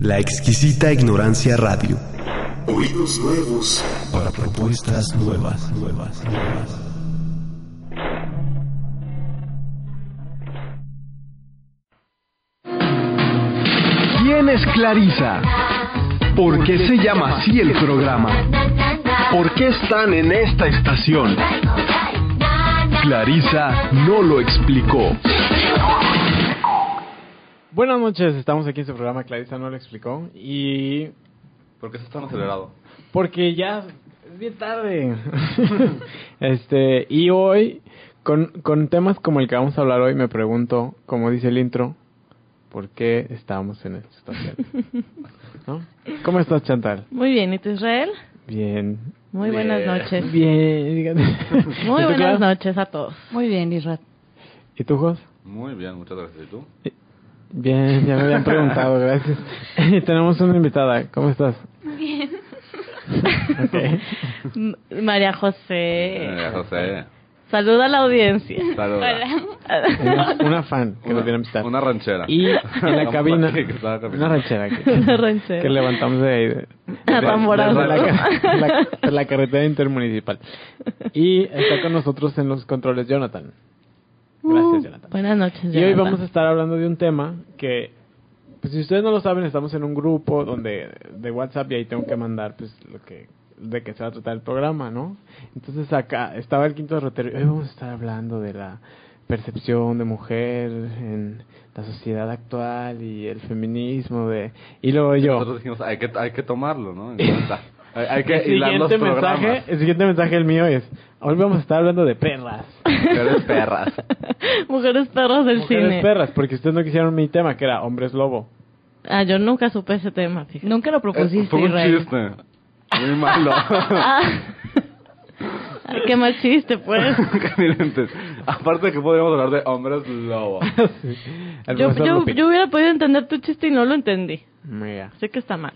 La exquisita ignorancia radio. Oídos nuevos. Para propuestas nuevas, nuevas, nuevas. ¿Quién es Clarisa? ¿Por qué se llama así el programa? ¿Por qué están en esta estación? Clarisa no lo explicó. Buenas noches, estamos aquí en su programa, Clarisa no lo explicó. Y Porque eso está acelerado. porque ya es bien tarde. este, y hoy, con, con temas como el que vamos a hablar hoy, me pregunto, como dice el intro, ¿por qué estamos en esta estación? ¿No? ¿Cómo estás, Chantal? Muy bien, ¿y tú Israel? Bien. Muy buenas noches. Bien, dígame. ¿Y tú, Muy Clara? buenas noches a todos. Muy bien, Israel. ¿Y tú, Jos? Muy bien, muchas gracias. ¿Y tú? Bien, ya me habían preguntado, gracias. Y tenemos una invitada, ¿cómo estás? Bien. M- María Eh, José. José. Saluda a la audiencia. Saluda. Una, una fan que nos viene a visitar. una ranchera. Y en la Una cabina, mujer que estaba caminando. una ranchera que, Ranchero. que levantamos de ahí, de, A de- tamborazo. de la, ca- de la- de la carretera intermunicipal. Y está con nosotros en los controles Jonathan. Gracias, Jonathan. Buenas noches, Y hoy Jonathan. vamos a estar hablando de un tema que, pues si ustedes no lo saben, estamos en un grupo donde de WhatsApp y ahí tengo que mandar, pues, lo que de que se va a tratar el programa, ¿no? Entonces acá estaba el quinto derrotero. Hoy vamos a estar hablando de la percepción de mujer en la sociedad actual y el feminismo de y luego yo. Nosotros dijimos, hay que, hay que tomarlo, ¿no? En cuenta. Hay, hay que el hilar los siguiente programas. mensaje, el siguiente mensaje el mío es, hoy vamos a estar hablando de perras. Eres perras. Mujeres perros del Mujeres cine. perras, porque ustedes no quisieron mi tema que era hombres lobo. Ah, yo nunca supe ese tema, fíjate. Nunca lo Eh, propusiste, Fue un Israel. chiste. Muy malo. Ah. Ay, qué mal chiste, pues. Que ni lo entes. Aparte que podríamos hablar de hombres lobo. El Yo, profesor yo, Lupita. yo hubiera podido entender tu chiste y no lo entendí. Mira. Sé que está mal.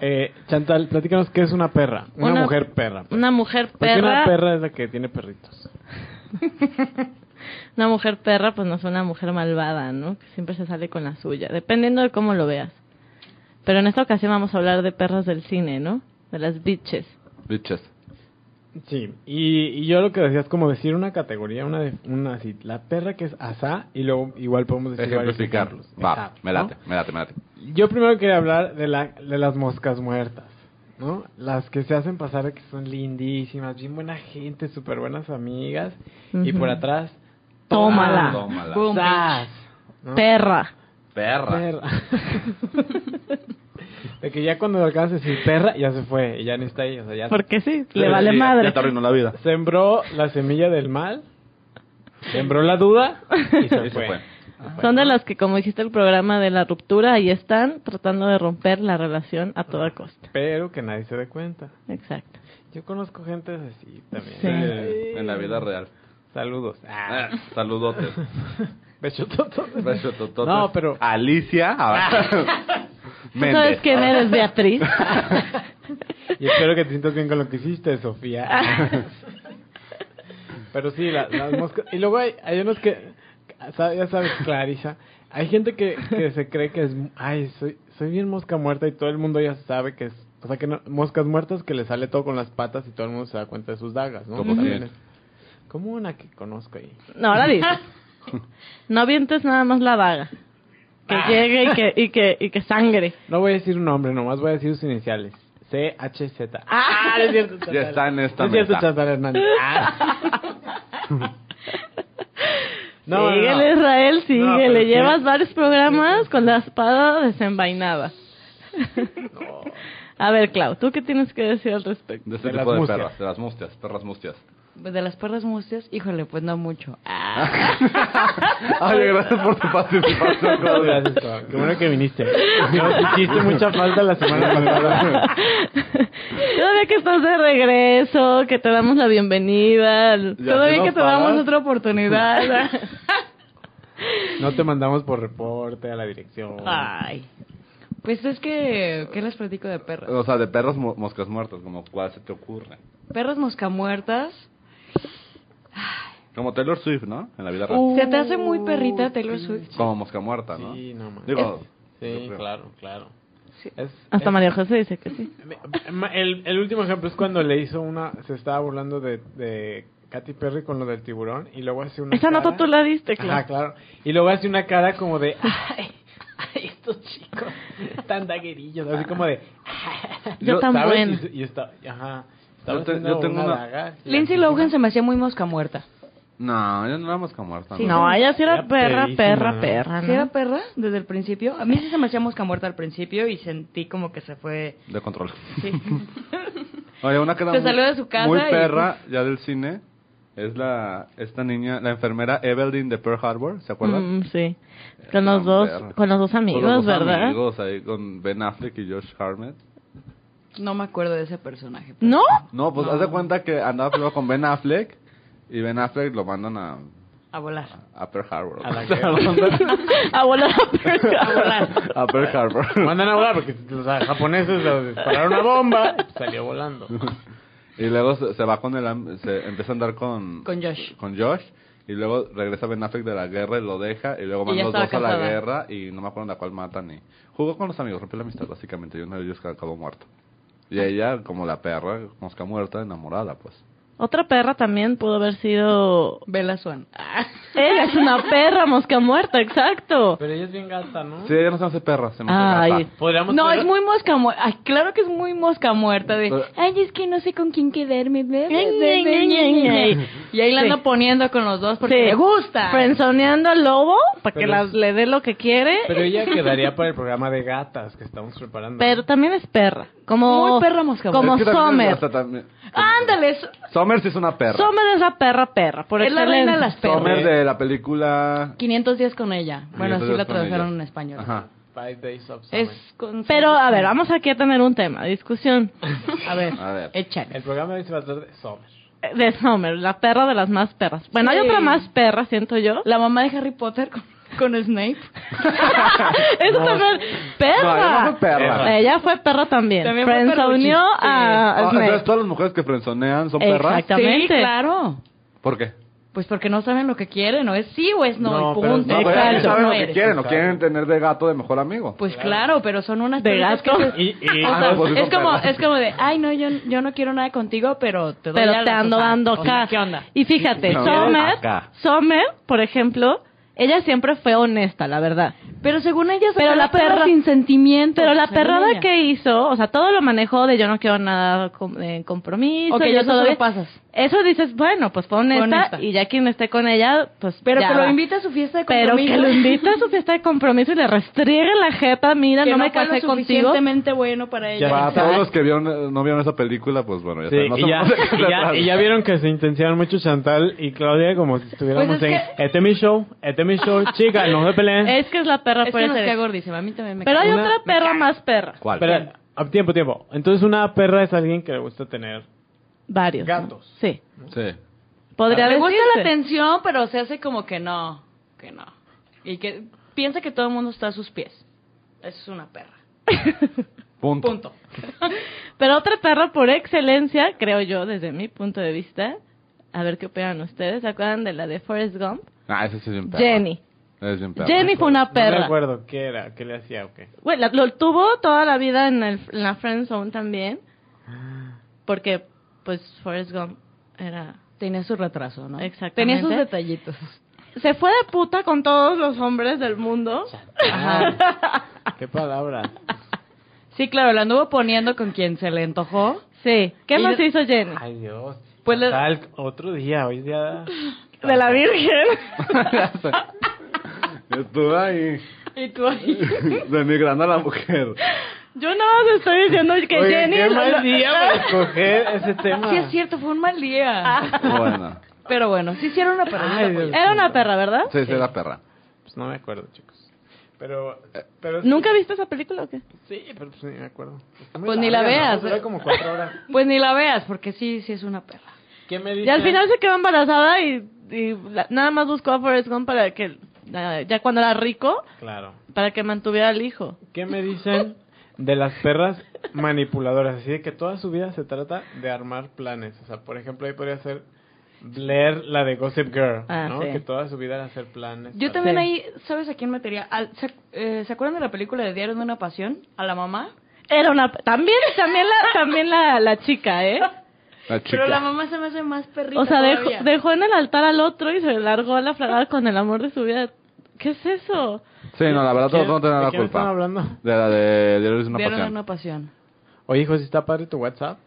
Eh, Chantal, platícanos qué es una perra. Una, Una- mujer perra. pues. Una mujer Porque una perra, perra es la que tiene perritos. una mujer perra, pues no es una mujer malvada, ¿no? Que siempre se sale con la suya, dependiendo de cómo lo veas. Pero en esta ocasión vamos a hablar de perras del cine, ¿no? De las bitches. Bitches. Sí. Y, y yo lo que decía es como decir una categoría, una de, una así. La perra que es asá y luego igual podemos decir varios Ejemplificar. ejemplos. Va, Exacto, me ¿no? late, me late, me late. Yo primero quería hablar de, la, de las moscas muertas, ¿no? Las que se hacen pasar de que son lindísimas, bien buena gente, súper buenas amigas. Y Ujú. por atrás, Tómala. Ah, Tómala. Boom, ¡zas! ¿no? Perra. Perra. Perra. de que ya cuando alcanzas a decir perra, ya se fue, ya no está ahí. O sea, ya Porque sí, Sí, le vale ya- madre. Ya te arruinó la vida. sembró la semilla del mal, sembró la duda y se, Y se fue. fue. Son de las que, como dijiste el programa de la ruptura, ahí están tratando de romper la relación a toda costa. Pero que nadie se dé cuenta. Exacto. Yo conozco gente así también. Sí. Ay, En la vida real. Saludos. Ah. Eh, saludotes. Beso, Besotototes. Pues tototes. Pues No, pero Alicia. ahora- ¿Tú sabes Méndez. quién eres, Beatriz? y espero que te sientas bien con lo que hiciste, Sofía. Pero sí, la- las moscas. Y luego hay, hay unos que, sa- ya sabes, Clarisa, hay gente que, que se cree que es, ay, soy, soy bien mosca muerta y todo el mundo ya sabe que es, o sea, que no- moscas muertas que le sale todo con las patas y todo el mundo se da cuenta de sus dagas, ¿no? ¿Cómo También quién? es- Como una que conozco ahí. No, ahora dices. No avientes nada más la daga. Que Ah. llegue y que, y que, y que sangre. No voy a decir un nombre, nomás voy a decir sus iniciales. C-H-Z. Ah. no es cierto, Chantal. Ya está en esta No es cierto, mesa. Chantal Hernández. Ah. No, no, no. síguele, Israel, No, síguele. pero Le sí. llevas varios programas con la espada desenvainada. A ver, Clau, ¿tú qué tienes que decir al respecto? De este De las tipo de mustias. perras, de las mustias, perras mustias. Pues de las puertas mustias, híjole, pues no mucho. Ah, Ay, gracias por tu participación, Claudia. Gracias, Claudia. Qué bueno que viniste. Nos hiciste mucha falta la semana pasada. Todavía que estás de regreso, que te damos la bienvenida, todavía no que te paras. damos otra oportunidad. No te mandamos por reporte a la dirección. Ay. Pues es que, ¿qué les platico de perros? O sea, de perros mo- moscas muertas, como cuál se te ocurre. Oh. Perros moscamuertas. Como Taylor Swift, ¿no? En la vida real. Oh. ¿Se te hace muy perrita Taylor Swift? Como mosca muerta, ¿no? Sí, no mames. Digo, Sí, yo creo. claro, claro. Sí. Es- Hasta es- María José dice que sí. Ma- El, el último ejemplo es cuando le hizo una. Se estaba burlando de, de Katy Perry con lo del tiburón y luego hace una. Esa cara, nota tú la diste, Ajá, claro. claro. Y luego hace una cara como de. ¡Ay! ay, estos chicos! Tan daguerillos. Así como de. Yo tan ¿sabes? buena. Y su- Y, está. Ajá. estaba Yo te- haciendo yo tengo una- daga. Lindsay Logan se me hacía muy mosca muerta. No, yo no era mosca muerta. ¿no? No, ella sí era Era perra, perrísima, perra, ¿no? perra, ¿Sí era Ah, ¿no? perra desde el principio? A mí sí se me hacía mosca muerta al principio y sentí como que se fue... De control. Sí. Oye, una que era Se muy- salió de su casa Muy y- perra, ya del cine. Es la, esta niña, la enfermera Evelyn de Pearl Harbor, ¿se acuerdan? Mm, sí. Con los Gran dos, perra. con los dos amigos, Con los dos ¿verdad? amigos, ahí con Ben Affleck y Josh Hartnett. No me acuerdo de ese personaje. ¿No? No, pues haz de cuenta que andaba primero con Ben Affleck y Ben Affleck lo mandan a, A volar. a Pearl Harbor. A la O sea, guerra. lo mandan A volar a perra. a Pearl Harbor. Mandan a volar porque los japoneses los dispararon una bomba y salió volando. y luego se, se va con el... am- Se empieza a andar con... Con Josh. con Josh. Y luego regresa Ben Affleck de la guerra y lo deja. Y luego Y van ya los dos estaba a la casada. guerra y no me acuerdo de cuál matan. Y jugó con los amigos, rompió la amistad básicamente. Y uno de ellos acabó muerto. Y ella, como la perra, mosca muerta, enamorada, pues. Otra perra también pudo haber sido... Bella Swan. Ah. Ella es una perra mosca muerta, exacto. Pero ella es bien gata, ¿no? Sí, ella no se hace perra, se me hace Ay, gata. Podríamos No, ver- es muy mosca muerta. Ay, claro que es muy mosca muerta. De, ay, es que no sé con quién quedarme. bla, bla, bla, bla, bla". Y ahí la Sí. anda poniendo con los dos porque Sí. le gusta. Frenzoneando al lobo para que Pero la- es- le dé lo que quiere. Pero ella quedaría para el programa de gatas que estamos preparando. Pero también es perra. Como, Muy perra mosca Como Es que también- Sommer. hasta también- Ándale, es, Sommer sí es una perra. Sommer es la perra perra. Por es la reina de las excelencia. perras. Sommer de la película... 500 días con ella. Bueno, así Entonces, la con tradujeron ella. en español. Ajá. Ah, Five Days of Summer. Es con- Pero a ver, vamos aquí a tener un tema, discusión. A ver, A ver. échale. El programa de hoy se va a tratar de Summer. eh, De Sommer, la perra de las más perras. Bueno, hay Sí. otra más perra, siento yo. La mamá de Harry Potter con, con Snape. Eso también. No, ¡Perra! ella no fue perra. Ella fue perra también. También También fue unió a Ah, Snape. entonces todas las mujeres que frenzonean son perras. Exacto. Exactamente. Sí, claro. ¿Por qué? Pues porque no saben lo que quieren, o es sí o es no, No, y pero punto. No, pero ellos Exacto, saben no lo que eres. quieren, no Exacto. quieren tener de gato de mejor amigo. Pues claro, pero son unas De perritas gato. que se- Y, y O Ah, sea, no, pues sí es son como perros. es como de, ay, no, yo, yo no quiero nada contigo, pero te doy pero algo", te ando o sea, dando o sea, acá. ¿Qué onda? Y fíjate, No, Sommer, acá. Sommer, por ejemplo, ella siempre fue honesta, la verdad. Pero según ella, Pero era la perra- sin sentimiento. Pero la según perrada ella. que hizo, o sea, todo lo manejó de yo no quiero nada com- eh, compromiso. Ok, yo eso se lo todavía- pasas. Eso dices, bueno, pues fue honesta, honesta. y ya quien esté con ella, pues Pero ya que lo va. invita a su fiesta de Pero compromiso. que lo invita a su fiesta de compromiso y le restriegue la jeta, mira, que no, me fue lo casé contigo. suficientemente bueno para Pues, ella. Para Exacto. todos los que vieron, no vieron esa película, pues bueno, ya Sí, saben más o y ya, menos de qué y se ya- trata. y ya vieron que se intensiaron mucho Chantal y Claudia como si estuviéramos Pues es Eh, en este mi show, este mi show, chica, no se peleen. Es que es la perra Es por que nos ese- queda gordísima, a mí también me Pero hay Una- otra perra más perra. ¿Cuál? Pero, a ah, tiempo, tiempo. Entonces una perra es alguien que le gusta tener. Varios. ¿no? Gatos. Sí. Sí. Podría Le gusta la decirse. atención, pero se hace como que no, que no. Y que piensa que todo el mundo está a sus pies. Eso es una perra. Punto. Punto. Pero otra perra por excelencia, creo yo, desde mi punto de vista, a ver qué opinan ustedes, ¿se acuerdan de la de Forrest Gump? Ah, esa sí es bien perra. Jenny. Es bien perra. Jenny fue No una me perra. acuerdo qué era, qué le hacía o qué. Güey, la- lo tuvo toda la vida en, el- en la friend zone también, Ah. porque pues Forrest Gump era... Tenía su retraso, ¿no? Exactamente. Tenía sus detallitos. Se fue de puta con todos los hombres del mundo. Qué palabra. Sí, claro, la anduvo poniendo con quien se le antojó. Sí. ¿Qué Y más lo- hizo Jenny? Ay, Dios. Pues le- Chantal, otro día, hoy día. De la Virgen. Estuve ahí Y tú ahí. denigrando a la mujer. Yo no os estoy diciendo que Oye, Jenny... qué lo- mal lo- día para escoger ese tema. Sí, es cierto, fue un mal día. Bueno, Pero bueno, sí hicieron una Ay, paradita. Dios. Ah. Era una perra, ¿verdad? sí, sí, la perra. Pues no me acuerdo, chicos. Pero, eh, pero ¿Nunca viste esa película o qué? sí, pero pues ni me acuerdo. Está muy Pues ni la larga, veas, Dura eh. como cuatro horas. Pues ni la veas, porque sí, sí es una perra. ¿Qué me Y al final se quedó embarazada y, y la- nada más buscó a Forrest Gump para que... na- Ya cuando era rico, Claro. para que mantuviera al hijo. ¿Qué me dicen de las perras manipuladoras? Así de que toda su vida se trata de armar planes. O sea, por ejemplo, ahí podría ser Blair, la de Gossip Girl, Ah, ¿no? sí. Que toda su vida era hacer planes. Yo tal. también Sí. ahí, ¿sabes a quién metería? Al- ¿se, eh, ¿se acuerdan de la película de Diario de una Pasión? ¿A la mamá? Era una... También, también, la, también la, la chica, ¿eh? La Pero la chica. mamá se me hace más perrita O sea, dejó, todavía. dejó en el altar al otro y se largó a la fregada con el amor de su vida. ¿Qué es eso? Sí, no, la verdad, todos ¿Quién- no tenemos de la quién están culpa. hablando? De la de Diario es una Diario de pasión. una Pasión. Oye, hijo, si está padre tu WhatsApp.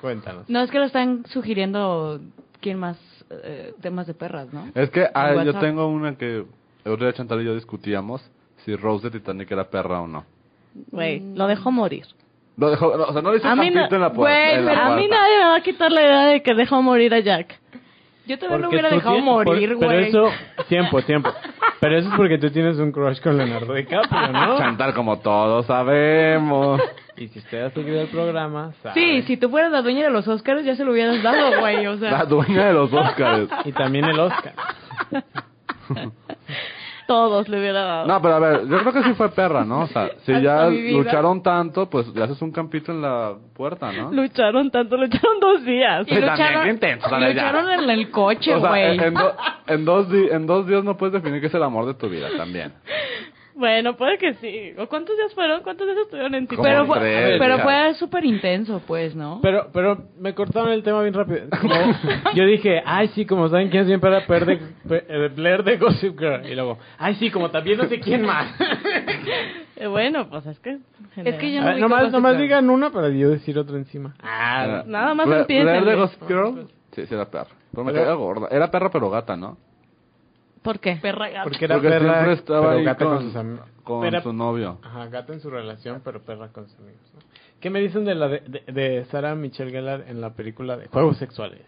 Cuéntanos. No, es que lo están sugiriendo quién más eh, temas de perras, ¿no? Es que ah, En yo WhatsApp. tengo una que el otro día Chantal y yo discutíamos si Rose de Titanic era perra o no. Güey, lo dejó morir. Lo dejó, no, o sea, no le hizo A mí, campito no- en la puerta. güey, en la pero a mí puerta. nadie me va a quitar la idea de que dejó morir a Jack. Yo también lo Porque hubiera tú dejado tienes- por- morir, güey. Pero eso, tiempo, tiempo. Pero eso es porque tú tienes un crush con Leonardo DiCaprio, ¿no? Chantal, como todos sabemos. Y si usted ha seguido el programa, sabe. Sí, si tú fueras la dueña de los Oscars ya se lo hubieras dado, güey, o sea. La dueña de los Óscares. Y también el Oscar. Todos le hubiera dado. No, pero a ver, yo creo que sí fue perra, ¿no? O sea, si Hasta ya mi vida. lucharon tanto, pues le haces un campito en la puerta, ¿no? Lucharon tanto, lucharon dos días. Y Sí, también, lucharon, qué intenso, dale, ya. lucharon en el coche, o sea, güey. en, en do- en dos di- en dos días no puedes definir qué es el amor de tu vida también. Bueno, puede que sí. ¿O cuántos días fueron? ¿Cuántos días estuvieron en ti? Como Pero, fue, tres, pero ya. fue súper intenso, pues, ¿no? Pero, pero me cortaron el tema bien rápido. Como- yo dije, ay, sí, como saben quién siempre era Blair de, Pe- eh, Blair de Gossip Girl. Y luego, ay, sí, como también no sé quién más. Eh, bueno, pues es que... Es que yo A no ver, vi nomás, Gossip nomás Girl. digan una para yo decir otra encima. Ah, Nada más Blair- empiecen, Blair de güey. Gossip Girl? Sí, sí era perra. Pero me Pero- caía gorda. Era perra pero gata, ¿no? ¿Por qué? Perra gata. porque era Ah, Porque perra, siempre estaba pero ahí gata con- sus amigos. con Pero- su novio. Ajá, gata en su relación, pero perra con sus amigos. ¿no? ¿Qué me dicen de la de, de, de Sarah Michelle Gellar en la película de Juegos Sexuales?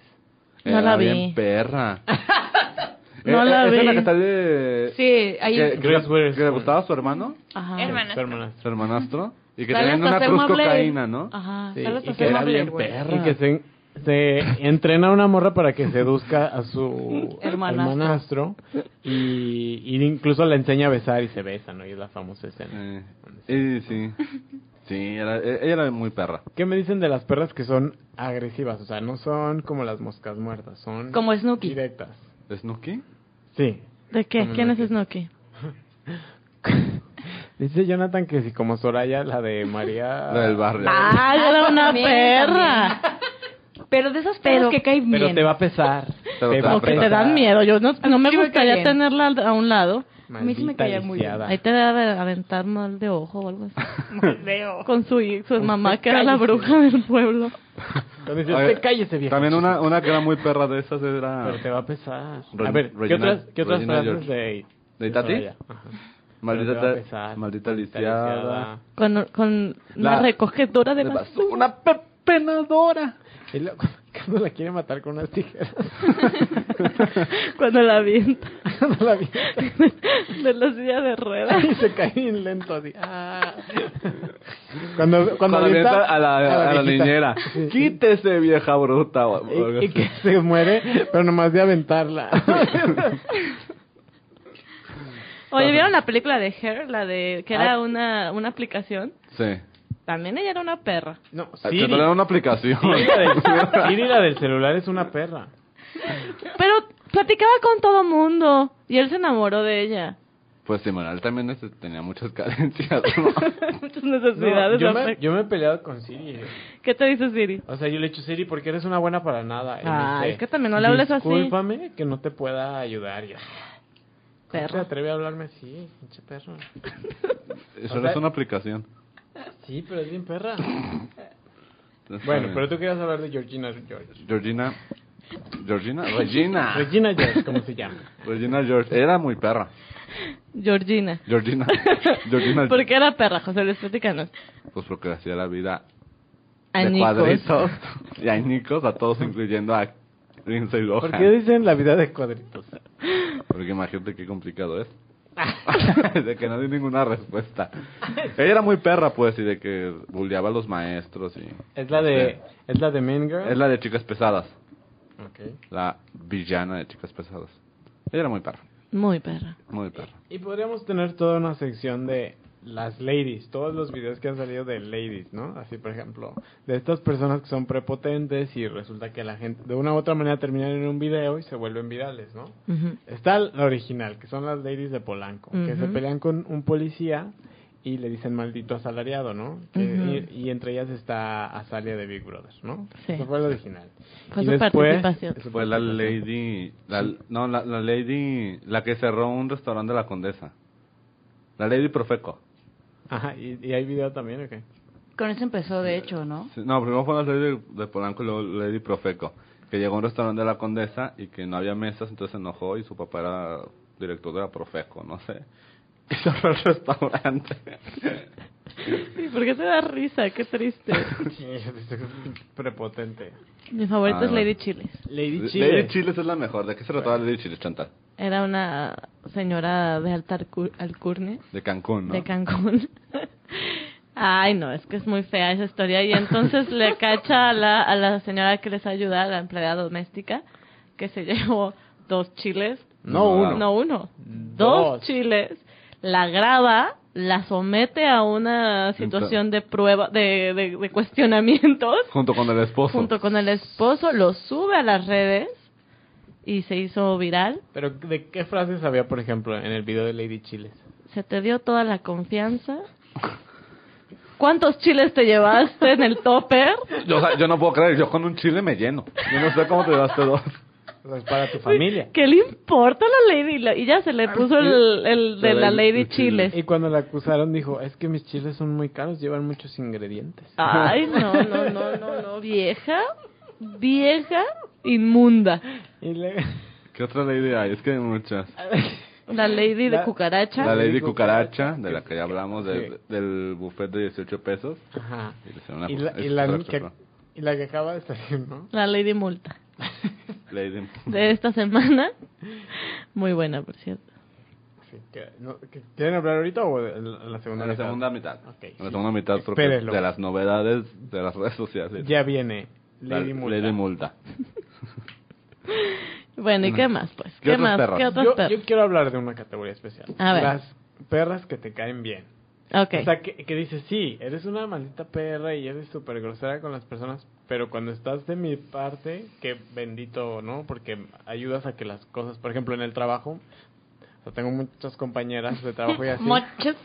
No Era la vi. bien perra. Eh, No la ¿Es vi. en la que está de... Sí, ahí... que, que le, que Reese le Witherspoon. gustaba su hermano, Ajá. Hermanas. Hermanas. su hermanastro, y que Sale tenían hasta una cruz Selma Blair. cocaína, ¿no? Ajá. Sí, sale hasta y que era Selma Blair, bien güey. perra. Y que se, se entrena a una morra para que seduzca a su Hermanastro. hermanastro. y, y incluso la enseña a besar y se besan, ¿no? Y es la famosa escena. Eh, y sí. Sí, era- e- ella era muy perra. ¿Qué me dicen de las perras que son agresivas? O sea, no son como las moscas muertas, son Como Snooki. directas. ¿Snooki? Sí. ¿De qué? Como ¿Quién no es sé. Snooki? Dice Jonathan que si como Soraya, la de María... La del barrio. ¡Ah, era una también, perra! Pero de esas perras que caen bien. Pero te va a pesar. Te va a Como que te pesar. dan miedo. Yo no, no me Sí me gustaría caen. tenerla al- a un lado. A mí sí me caía muy bien. Maldita Ahí lisiada. te debe de aventar mal de ojo o algo así. Con su, hi- su mamá, que era la bruja del pueblo. Entonces, Oye, usted cállese, viejo. También una, una que era muy perra de esas Pero te era... va a pesar. Re- a ver, ¿qué Ah. Regina- otras, ¿qué otras Regina frases George. de... ¿De Itati? Soraya? Ajá. Maldita, Pero te va a pesar. maldita lisiada. Con, con La- la recogedora de De basura. basura, Una pe- penadora. Y luego, cuando la quiere matar con unas tijeras. Cuando la avienta. Cuando la vi- de la silla de ruedas. Y se cae bien lento así. Ah. Cuando, Cuando avienta a la, a la viejita. niñera. Sí. Quítese, vieja bruta. o- o algo Y, y así. que se muere, pero nomás de aventarla. Oye, ¿vieron la película de Her? La de que era una, una aplicación. Sí. También ella era una perra. No, Que Siri. no era una aplicación. Siri la del- Siri, la del celular, es una perra. Pero platicaba con todo mundo. Y él se enamoró de ella. Pues Simonal también este, tenía muchas carencias. ¿no? Muchas No, necesidades. yo, de me, afecto. yo me he peleado con Siri. eh. ¿Qué te dice Siri? O sea, yo le he dicho, Siri, porque eres una buena para nada. Y me Ah, dice, es que también no le hables así. Discúlpame que no te pueda ayudar. Y yo, ¿Cómo te Perra. atreve a hablarme así, pinche perro? Eso O no sea- es una aplicación. Sí, pero es bien perra. Está bueno, bien. pero tú querías hablar de Georgina George. Georgina, Georgina, Regina. Regina George, como se llama. Regina George. Era muy perra. Georgina. Georgina. Georgina ¿Por qué era perra, José Luis? Platícanos. Pues porque le hacía la vida A de Nikos. cuadritos. Y a Nicos, a todos, incluyendo a Lindsay Lohan. ¿Por qué dicen la vida de cuadritos? Porque imagínate qué complicado es. de que no di ninguna respuesta. Ella era muy perra, pues, y de que bulleaba a los maestros. y Es la de, es la de Mean Girl. Es la de Chicas Pesadas. Ok. La villana de Chicas Pesadas. Ella era muy perra. Muy perra. Muy perra. Y podríamos tener toda una sección de las ladies, todos los videos que han salido de ladies, ¿no? Así, por ejemplo, de estas personas que son prepotentes y resulta que la gente de una u otra manera terminan en un video y se vuelven virales, ¿no? Ujú. Está la original, que son las ladies de Polanco, que se Ujú. pelean con un policía y le dicen maldito asalariado, ¿no? Que- Ujú. y, y entre ellas está Azalia de Big Brother, ¿no? Sí. Esa fue la original. Fue Y su después- participación. su Fue la participación. Lady. La, no, la, la Lady. La que cerró un restaurante de la Condesa. La Lady Profeco. Ajá, ¿y, y hay video también, ¿o qué? Con eso empezó, de hecho, ¿no? Sí, No, primero fue la Lady de Polanco y luego la Lady Profeco. Que llegó a un restaurante de la Condesa y que no había mesas, entonces se enojó y su papá era director de la Profeco, no sé. Y cerró el restaurante. ¿Y por qué te da risa? Qué triste. Prepotente. Mi favorita Ah, es Lady bueno. Chiles. Lady Chile. Lady Chiles es la mejor. ¿De qué se trataba Lady Chiles, Chantal? Era una señora de alta alcu- alcurnia De Cancún, ¿no? de Cancún. Ay, no, es que es muy fea esa historia. Y entonces le cacha a la, a la señora que les ayuda, a la empleada doméstica, que se llevó dos chiles. No, uno. No uno. Dos. Dos, chiles. La graba, la somete a una situación de prueba, de, de- de cuestionamientos, Junto con el esposo. junto con el esposo, lo sube a las redes y se hizo viral. Pero ¿de qué frases había, por ejemplo, en el video de Lady Chiles? Se te dio toda la confianza. ¿Cuántos chiles te llevaste en el topper? Yo, o sea, yo no puedo creer, yo con un chile me lleno. Yo no sé cómo te llevaste dos. O sea, es para tu familia. ¿Qué le importa a la lady? La- Y ya se le puso el, el de La la lady lady chiles. chiles. Y cuando la acusaron dijo, es que mis chiles son muy caros, llevan muchos ingredientes. Ay, no, no, no, no, no. Vieja, vieja, inmunda. Y le- ¿Qué otra lady hay? Es que hay muchas. La lady de La- cucaracha. La lady cucaracha, de la que ya hablamos, de- Sí. del buffet de 18 pesos. Ajá. Y le hicieron una- Y la, y es la otra que, cosa. y la que acaba de salir, ¿no? La lady multa. Lady- De esta semana. Muy buena, por cierto. Sí, que- no- que- ¿Quieren hablar ahorita o en la- en la segunda? En la mitad? segunda mitad. Ok. En la segunda mitad, porque Espérenlo. de las novedades de las redes sociales. Ya viene La Lady Multa. Lady Multa. Bueno, ¿y qué más, pues? ¿Qué ¿Qué, otras más? perras? ¿Qué otras Yo, perras? yo quiero hablar de una categoría especial. A ver. Las perras que te caen bien. Ok. O sea, que, que dices, sí, eres una maldita perra y eres súper grosera con las personas, pero cuando estás de mi parte, que bendito, ¿no? Porque ayudas a que las cosas, por ejemplo, en el trabajo, o sea, tengo muchas compañeras de trabajo y así. Muchos.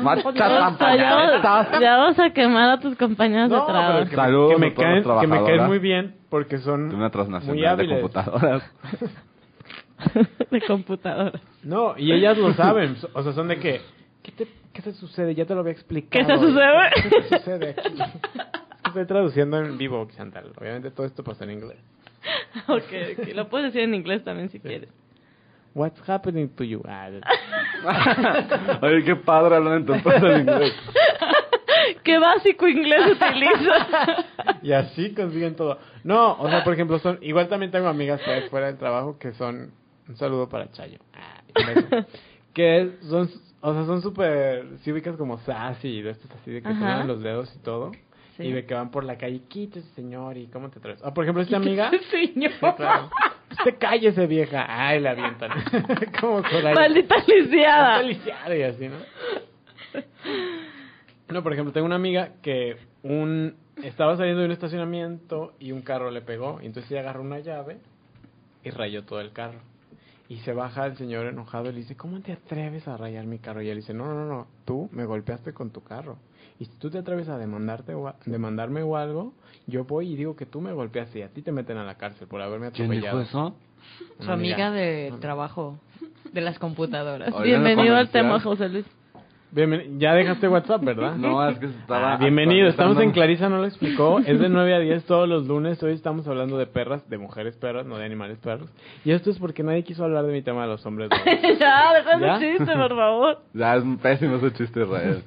Muchas O sea, ya, vas- ya vas a quemar a tus compañeras No, de trabajo. pero que, Saludos me, que me a todas caen, las que me caen trabajadoras. muy bien porque De son una muy transnacional de hábiles. computadoras. de computadora. No, y ellas lo saben. so- O sea, son de que, ¿qué, te, qué te sucede? Ya te lo había explicado. ¿Qué te sucede? ¿Qué te sucede aquí? Es que estoy traduciendo en vivo, Chantal. Obviamente todo esto pasa en inglés. ok, ok. Lo puedes decir en inglés también si quieres. What's happening to you? Ah, Oye, qué padre hablan en tu empresa en inglés. ¿Qué básico inglés utilizas? y así consiguen todo. No, o sea, por ejemplo, son igual también tengo amigas fuera- fuera del trabajo que son un saludo para Chayo. Ah, un beso. que es- son o sea, son súper si ubicas como sassy de estos así de que Ajá. toman los dedos y todo. Sí. Y de que van por la calle, quítese señor, y cómo te traes. Ah, por ejemplo, esta amiga. Señor. Sí, claro. Usted cállese, vieja. Ay, la avientan. como Soraya. Maldita Está lisiada. lisiada y así, ¿no? No, por ejemplo, tengo una amiga que un estaba saliendo de un estacionamiento y un carro le pegó, y entonces ella agarró una llave y rayó todo el carro. Y se baja el señor enojado y le dice, ¿cómo te atreves a rayar mi carro? Y él dice, no, no, no, no, tú me golpeaste con tu carro. Y si tú te atreves a demandarte o a- demandarme o algo, yo voy y digo que tú me golpeaste y a ti te meten a la cárcel por haberme ¿Quién dijo atropellado. eso? Su amiga del trabajo, de las computadoras. Oigan, Bienvenido el al tema, comercial. José Luis. Bienven- ya dejaste WhatsApp, ¿verdad? No, es que se estaba. Ah, bienvenido, estamos en actualizando. Clarisa, no lo explicó. Es de 9 a 10 todos los lunes. Hoy estamos hablando de perras, de mujeres perras, no de animales perros. Y esto es porque nadie quiso hablar de mi tema de los hombres. lobo. ya, deja ¿Ya? ese chiste, por favor. Ya es pésimo ese chiste, Israel.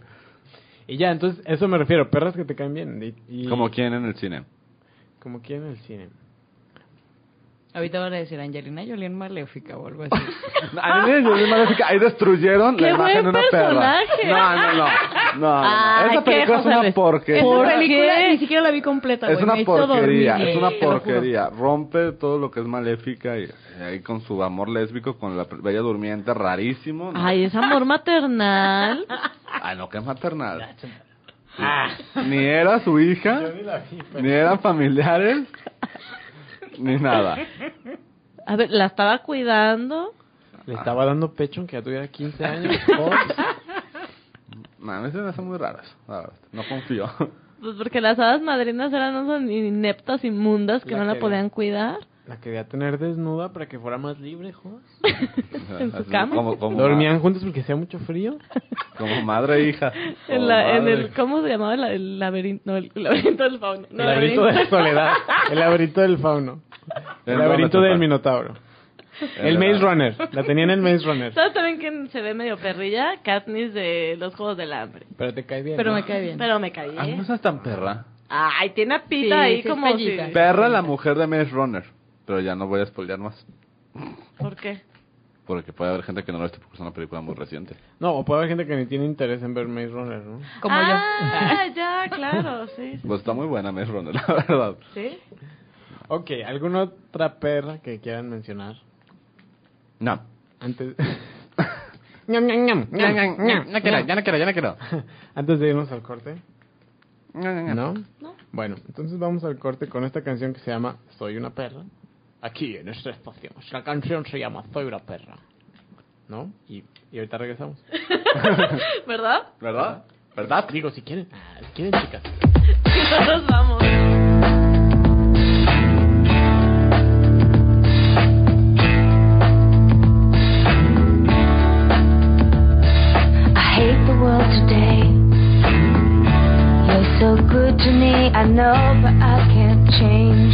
y ya, entonces, eso me refiero, perras que te caen bien. Y, y- Como quién en el cine. Como quién en el cine. Ahorita van a decir Angelina Jolie en Maléfica o algo así. A mí me dio mal así que ahí destruyeron la ¡Qué imagen de buen una perra. personaje! No, no, no. no, no. Ay, Esa qué película es José una Luis. porquería. Esa ¿Por película qué? ni siquiera la vi completa, Es güey, una me hizo dormir, porquería, güey, es una te lo juro. porquería. Rompe todo lo que es maléfica y ahí con su amor lésbico, con la bella durmiente, rarísimo. ¿no? Ay, es amor maternal. Ay, no, que es maternal. Ah. Ni era su hija, ni eran familiares, ni nada. A ver, la estaba cuidando. Le Ah. estaba dando pecho aunque ya tuviera 15 años. Oh, No, a mí se me hacen muy raras. la verdad. No confío. Pues porque las hadas madrinas eran unas ineptas inmundas que La no la quería. podían cuidar. la quería tener desnuda para que fuera más libre, joder. En su Así cama. Como, como, Dormían juntos porque hacía mucho frío. como madre e hija. Como En, la- en madre. e el, ¿Cómo se llamaba? La- el laberinto, no, el laberinto del fauno. No, el laberinto de la soledad. El laberinto del fauno. El laberinto del minotauro. El Maze Runner. La tenía en el Maze Runner. ¿Sabes también quién se ve medio perrilla? Katniss de los Juegos del Hambre. Pero te cae bien. Pero ¿no? me cae bien. Pero me caí. ¿eh? Ah, no seas tan perra. Ay, tiene una pita Sí, ahí sí, es como si... pellita. Perra la mujer de Maze Runner. Pero ya no voy a spoilear más. ¿Por qué? Porque puede haber gente que no lo esté porque es una película muy reciente. No, o puede haber gente que ni tiene interés en ver Maze Runner, ¿no? Como ah, ya, claro, sí. sí. Pues está muy buena Maze Runner, la verdad. ¿Sí? Ok, ¿alguna otra perra que quieran mencionar? No. Antes... Ñam, ñam, ñam, ñam, ñam, ñam, No quiero, ya no quiero, ya no quiero. Antes de irnos al corte, ¿no? No. Bueno, entonces vamos al corte con esta canción que se llama Soy una perra. Aquí, en este esta estación. La canción se llama Soy una perra. ¿No? Y, y ahorita regresamos. ¿Verdad? ¿Verdad? ¿Verdad? Digo, si quieren. Ah, si quieren, chicas. Nosotros vamos. I hate the world today. You're so good to me, I know, but I can't change.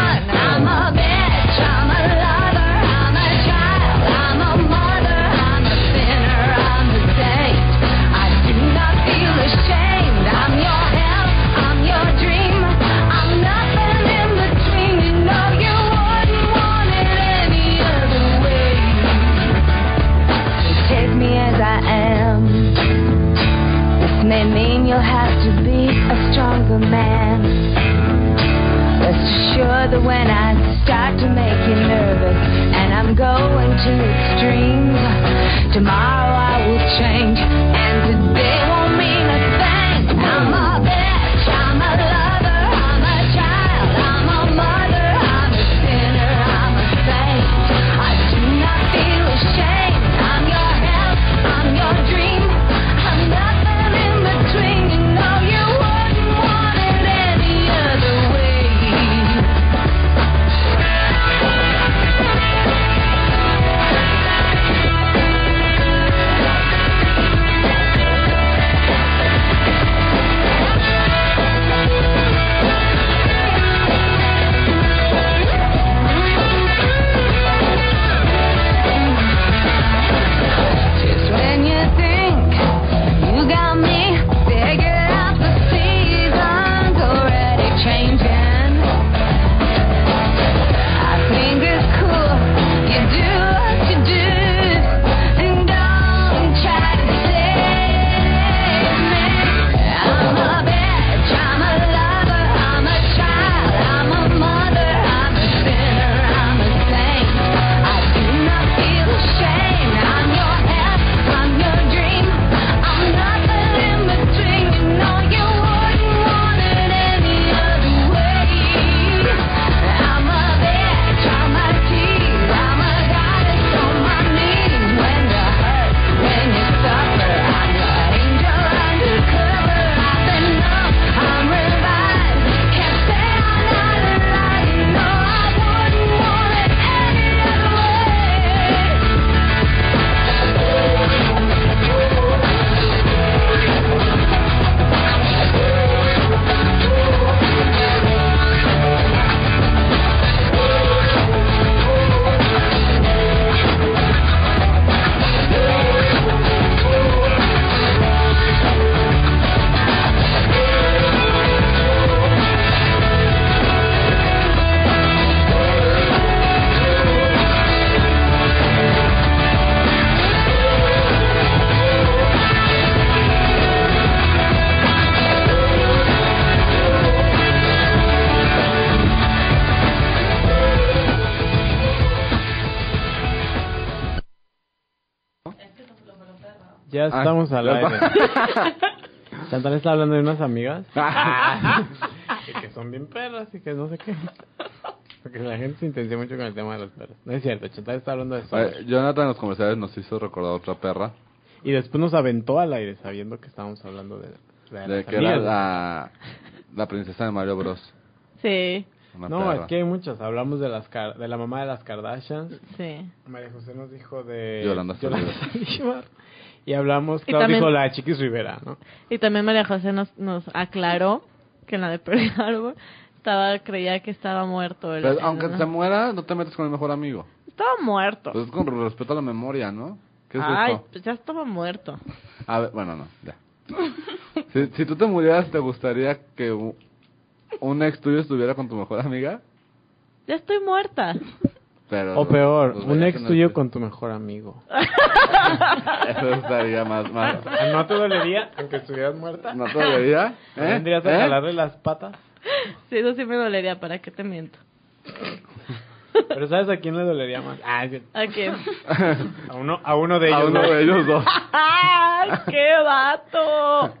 I'm a bitch. I'm a lover. I'm a child. I'm a mother. I'm a sinner. I'm a saint. I do not feel ashamed. I'm your hell. I'm your dream. I'm nothing in between. You know you wouldn't want it any other way. Take me as I am. This may mean you'll have to be a stronger man. Rest assured that when I start to make you nervous and I'm going to extremes, tomorrow I will change and today won't mean a thing. I'm a bitch, I'm a lover, I'm a child, I'm a mother, I'm a sinner, I'm a saint. I do not feel ashamed. I'm your hell, I'm your dream. I'm nothing in between. You know you wouldn't want it any other way. Ya Ah, estamos al ya aire. está. Chantal está hablando de unas amigas. Ah. Y que son bien perras y que no sé qué. Porque la gente se intensifica mucho con el tema de las perras. No es cierto, Chantal está hablando de eso. Oye, Eh, Jonathan en los comerciales nos hizo recordar otra perra. Y después nos aventó al aire sabiendo que estábamos hablando de, de De las que era amigas. la, la princesa de Mario Bros. Sí, Una No, perra. es que hay muchas. Hablamos de las Car- de la mamá de las Kardashians. sí. María José nos dijo de Yolanda Saldívar. Y hablamos, Y claro, dijo también- la de Chiquis Rivera, ¿no? Y también María José nos, nos aclaró que en la de Pearl Harbor estaba, creía que estaba muerto. el- Pero el- Pues, aunque no. se muera, no te metes con el mejor amigo. Estaba muerto. Pues es con respeto a la memoria, ¿no? ¿Qué es Ay, esto? pues ya estaba muerto. A ver, bueno, no, ya. si, si tú te murieras, ¿te gustaría que u- un ex tuyo estuviera con tu mejor amiga? Ya estoy muerta. Pero, O peor, pues, un vaya ex con tuyo este. con tu mejor amigo. Eso estaría más, más... Ah, ¿No te dolería aunque estuvieras muerta? ¿No ¿Eh? te debería? ¿No ¿Vendrías a jalarle las patas? Sí, eso sí me dolería, ¿para qué te miento? Pero ¿sabes a quién le dolería más? Ah, sí, ¿A quién? a uno, a uno de ellos. A uno ¿no? de ellos dos. ¡Ay, qué vato!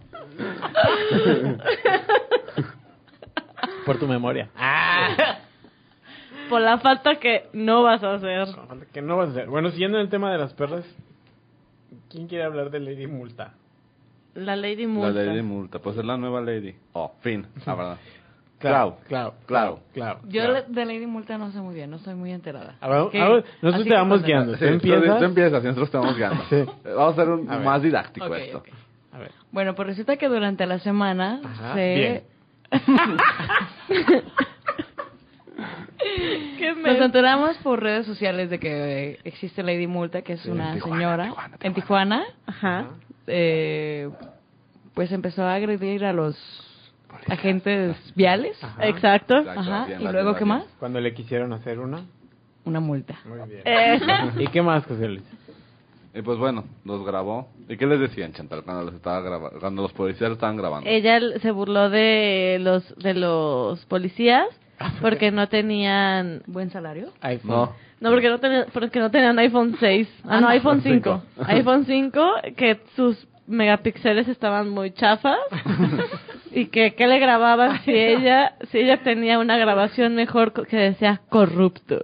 Por tu memoria. Ah, Por la falta que no vas a hacer. Que no vas a hacer. Bueno, siguiendo en el tema de las perras, ¿quién quiere hablar de Lady Multa? La Lady La Multa. Lady Multa, pues es la nueva Lady. Oh, fin, la verdad. Claro, Clau. claro, Clau. claro. Yo claro. le- de Lady Multa no sé muy bien, no soy muy enterada. A ver, ¿Qué? a ver, nosotros Así te que vamos cuéntanos. guiando. Sí, ¿Tú empiezas? Tú empiezas, y nosotros estamos guiando. Sí. Vamos a hacer un A ver. más didáctico Ok, esto. ok. A ver. Bueno, pues resulta que durante la semana Ajá, se... bien. ¿Qué me... Nos enteramos por redes sociales de que eh, existe Lady Multa, que es una Tijuana, señora Tijuana, en Tijuana. Ajá. eh, pues empezó a agredir a los agentes viales. Exacto. Exacto, Ajá, bien, ¿Y las luego demás qué bien. más? Cuando le quisieron hacer una. Una multa. Muy bien. Eso. ¿Y qué más, José Luis? Y pues bueno, los grabó. ¿Y qué les decían, Chantal, cuando los, estaba grabando, cuando los policías lo estaban grabando? Ella l- se burló de los de los policías porque no tenían ¿Buen salario? iPhone. No. no porque no tenían porque no tenían iPhone 6. Ah, no, iPhone 5. iPhone 5 que sus megapíxeles estaban muy chafas y que qué le grababan si ella si ella tenía una grabación mejor co- que decía corrupto.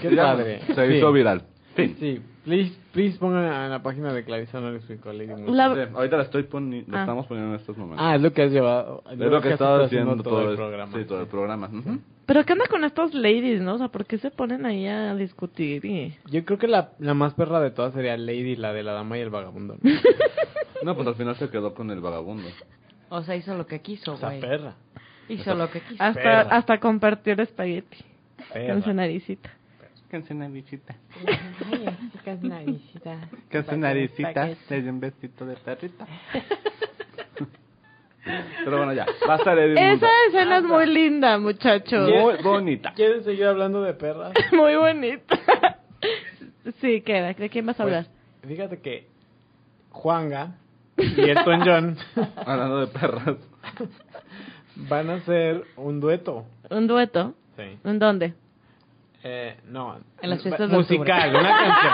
Qué Y ya, padre. Se Sí. hizo viral. Sí. please, please pongan a la página de Clarisa no les explico, Lady Multa. La- Sí, ahorita la estoy poni- la Ah. estamos poniendo en estos momentos. Ah, es lo que has llevado. es lo que estaba has estado haciendo todo, el es- programa. Sí, todo el programa. Ujú. Pero qué onda con estas ladies, ¿no? O sea, ¿por qué se ponen ahí a discutir y Yo creo que la, la más perra de todas sería Lady, la de la dama y el vagabundo. ¿no? No, pues al final se quedó con el vagabundo. O sea, hizo lo que quiso, Esa güey. perra. Hizo lo que quiso. hasta Perra. hasta compartir espagueti con su Perra. naricita? Que hace naricita. naricita. Que hace naricita. Le dio un besito de perrita. Pero bueno, ya. Basta de Esa escena es muy linda, muchachos. Muy bonita. ¿Quieren seguir hablando de perras? Muy bonita. Sí, queda. ¿De quién vas a hablar? Pues, fíjate que Juanga y Elton John Hablando de perras. van a hacer un dueto. ¿Un dueto? Sí. ¿En dónde? Eh, no. En las fiestas de Musical, una canción.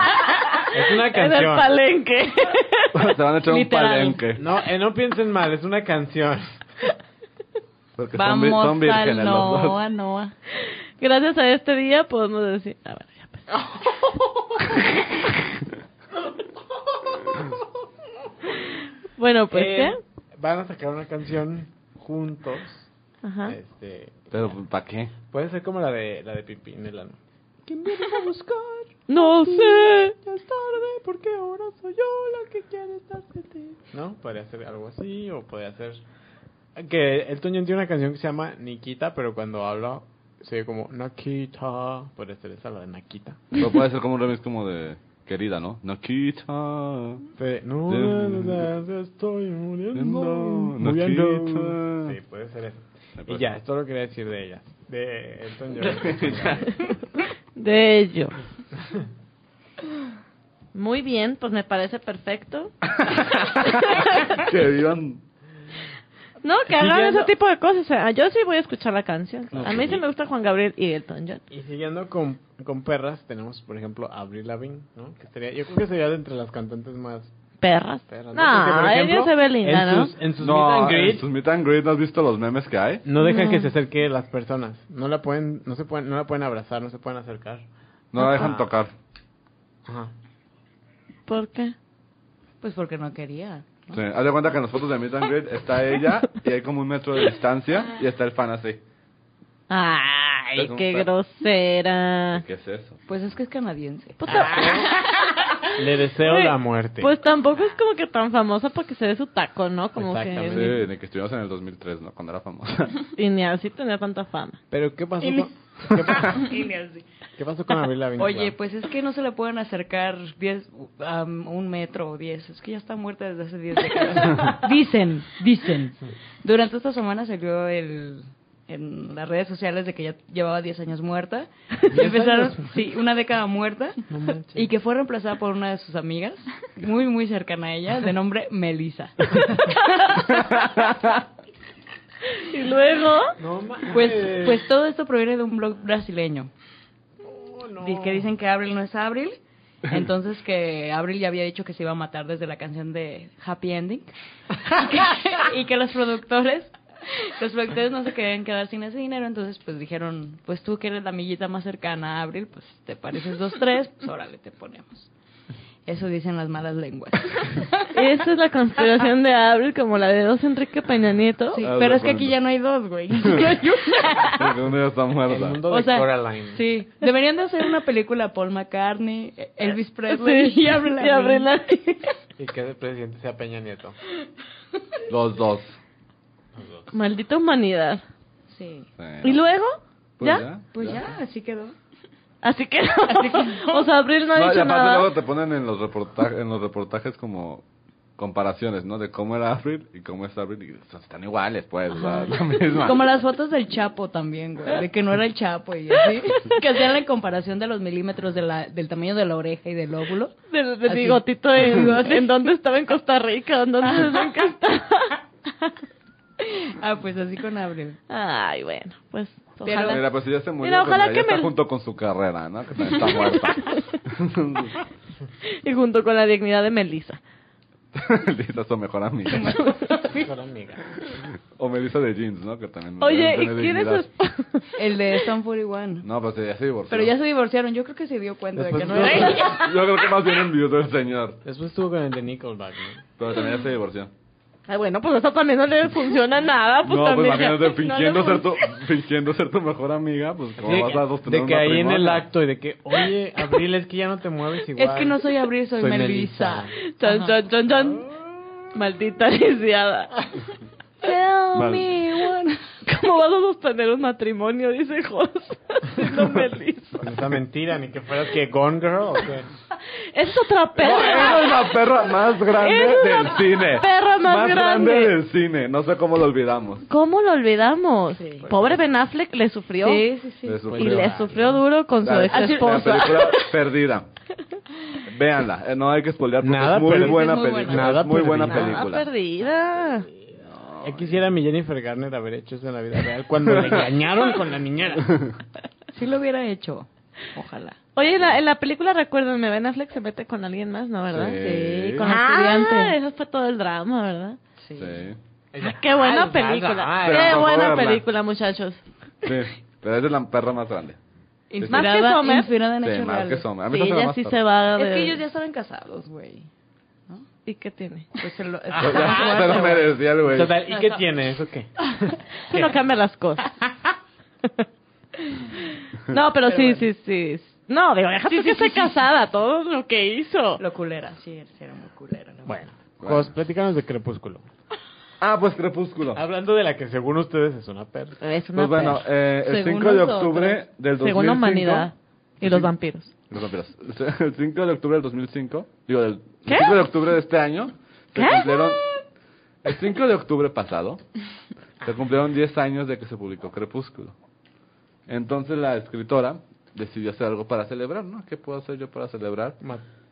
Es una canción. En el palenque. se van a echar un Literal. palenque. No, eh, no piensen mal, es una canción. Porque son, vi- Vamos son vírgenes al los dos. Noa, Noa. Gracias a este día podemos decir... Ah, bueno, ya pues. Bueno, pues, Eh, Van a sacar una canción juntos. ¿qué? Ajá. eh. Este, Pero ¿para qué? puede ser como la de la de Pimpinela, ¿no? ¿Quién viene a buscar? No sé. Ya es tarde, porque ahora soy yo la que quiere estar de ti. ¿No? Podría ser algo así, o podría ser... Que el Toño tiene una canción que se llama Nikita, pero cuando habla se oye como Nakita. Podría ser esa, la de Nakita. Pero puede ser como un remix como de querida, ¿no? Nakita. Fe- No, Sí. no, no, no, estoy muriendo. No, muriendo. Nakita. Sí, puede ser eso. Me Y parece. ya, esto lo quería decir de ella. De Elton John. De ello. Muy bien, pues me parece perfecto. que vivan. No, que hagan Siguiendo- ese tipo de cosas. O sea, yo sí voy a escuchar la canción. A mí sí me gusta Juan Gabriel y Elton John. y siguiendo con, con perras, tenemos, por ejemplo, a Avril Lavigne, ¿no? Que sería, yo creo que sería de entre las cantantes más perras. Perras, ¿no? Porque, No, por ejemplo, ella se ve linda, en ¿no? sus, en sus meet No, and greet, en sus meet and greet, ¿no has visto los memes que hay? no dejan No. que se acerque las personas. No la pueden, no se pueden, no la pueden abrazar, no se pueden acercar. No la dejan tocar. Ajá. ¿Por qué? Pues porque no quería. Sí. Haz de cuenta que en las fotos de meet and greet está ella y hay como un metro de Ah. distancia y está el fan así. Ay, Es un qué perro. grosera. ¿Qué es eso? Pues es que es canadiense. Pues, ta- Ah, Le deseo Güey, la muerte. pues tampoco es como que tan famosa porque se ve su taco, ¿no? Como Sí, Exactamente. que de que estuvimos en el 2003, ¿no? Cuando era famosa. y ni así tenía tanta fama. Pero qué pasó Y ni- con, ¿qué pasó, Y ni así. qué pasó con Avril Lavigne? Oye, Claro. pues es que no se le pueden acercar diez, um, un metro o diez. Es que ya está muerta desde hace diez décadas. dicen, dicen. Durante esta semana salió el en las redes sociales de que ya llevaba 10 años muerta. Y empezaron, sí, una década muerta. y que fue reemplazada por una de sus amigas, muy, muy cercana a ella, de nombre Melissa. Y luego, No mames. Pues, pues todo esto proviene de un blog brasileño. Oh, Di- Que dicen que Abril no es Abril. Entonces que Abril ya había dicho que se iba a matar desde la canción de Happy Ending. y que los productores, los productores no se querían quedar sin ese dinero. Entonces pues dijeron, pues tú que eres la amiguita más cercana a Abril, pues te pareces dos, tres, pues órale, te ponemos. Eso dicen las malas lenguas. esa es la conspiración de Abril como la de dos Enrique Peña Nieto. Sí, Ah, pero de es que aquí acuerdo. ya no hay dos, güey. Solo hay una. Porque uno ya está el muerta. mundo de O sea, Coraline. Sí, deberían de hacer una película Paul McCartney, Elvis Presley Sí, y Avril y Avril Lavigne. Lavigne. Y que el presidente sea Peña Nieto. Los dos. Maldita humanidad. Sí, Sí. Y luego, Pues ¿ya? ya. pues ya, así quedó. Así que, o sea, Abril no ha No, y dicho aparte luego nada. te ponen en los, reportajes, en los reportajes como comparaciones, ¿no? De cómo era Avril y cómo es Avril. Y son- están iguales, pues. o sea, la misma. Como las fotos del Chapo también, güey, de que no era el Chapo y así. Que hacían la comparación de los milímetros de la, del tamaño de la oreja y del óvulo. Del, del Así. bigotito en, en dónde estaba en Costa Rica, en dónde en qué estaba. Ah, pues así con Abril. Ay, bueno, pues Pero- ojalá. Mira, pues ella se murió. Mira, ojalá pues, que ella está me- junto con su carrera, ¿no? Que también está muerta. Y junto con la dignidad de Melissa. Melissa, su mejor amiga. Solo amiga. O Melissa de Jeans, ¿no? Que también. Oye, ¿y tiene quién es su dignidad. esposa? El de Stone 41. No, pues ella se divorció. Pero ya se divorciaron, yo creo que se dio cuenta de Después- que no era ella. Yo creo que más bien envió del señor. Después estuvo con el de Nickelback, ¿no? Pero también ya se divorció. Ay, bueno, pues eso también no le funciona nada. Pues no, pues también ya- imagínate, fingiendo, no le ser tu, fingiendo ser tu mejor amiga, pues como Sí, vas a sostener de un que ahí en el matrimonio? acto y de que, oye, Abril, es que ya no te mueves igual. Es que no soy Abril, soy, Soy Melissa. fun- Chan, chan, chan, chan. Maldita lisiada. Tell Mal. me what- ¿Cómo vas a sostener un matrimonio? Dice Jos. Siendo Melissa. Con esa mentira, ni que fueras que Gone Girl o qué. Es otra No, esa es perra. la perra más grande Esa es del la cine. perra más grande. del cine. No sé cómo lo olvidamos. ¿Cómo lo olvidamos? Sí. Pobre Ben Affleck le sufrió. Sí, sí, sí. Le Y sufrió. le sufrió duro con su La- ex esposa. La película perdida. Véanla. Eh, No hay que spoilear porque Nada es muy perdida. buena Es muy película. buena. es muy buena Nada Ah, película. perdida. Ya quisiera mi Jennifer Garner haber hecho eso en la vida real cuando le engañaron con la niñera. Sí lo hubiera hecho. Ojalá. Oye, en la, en la película, recuérdenme, Ben Affleck se mete con alguien más, ¿no, verdad? Sí. Sí, con ah, estudiante. eso fue todo el drama, ¿verdad? Sí. Sí. Ah, qué buena película. Ah, nada, pero qué no puedo buena verla. película, muchachos. Sí. Pero es de la perra más grande. Inspirada, Más que Sommer. inspirada en Sí, hechos más que reales. Sommer. A mí Sí, se me hace ella más sí perra. se va de... Es que ellos ya estaban casados, güey. ¿Y qué tiene? Pues se lo, Ah, Ya- ya se lo merecía el güey. Total, ¿y qué tiene eso qué? Eso no cambia las cosas. no, pero, sí, sí, sí. No, digo, déjate que esté casada, todo lo que hizo. lo culera, sí, sí, era muy culera. ¿no? Bueno, Bueno. pues platícanos de Crepúsculo. Ah, pues Crepúsculo. Hablando de la que según ustedes es una perra. Es una Pues bueno, perra. eh, el Según 5 de nosotros. octubre del 2005. Según la humanidad y los vampiros. Los vampiros. El 5 de octubre del 2005. Digo, del ¿Qué? 5 de octubre de este año. ¿Qué? Se cumplieron. El 5 de octubre pasado. Se cumplieron 10 años de que se publicó Crepúsculo. Entonces la escritora decidió hacer algo para celebrar, ¿no? ¿Qué puedo hacer yo para celebrar?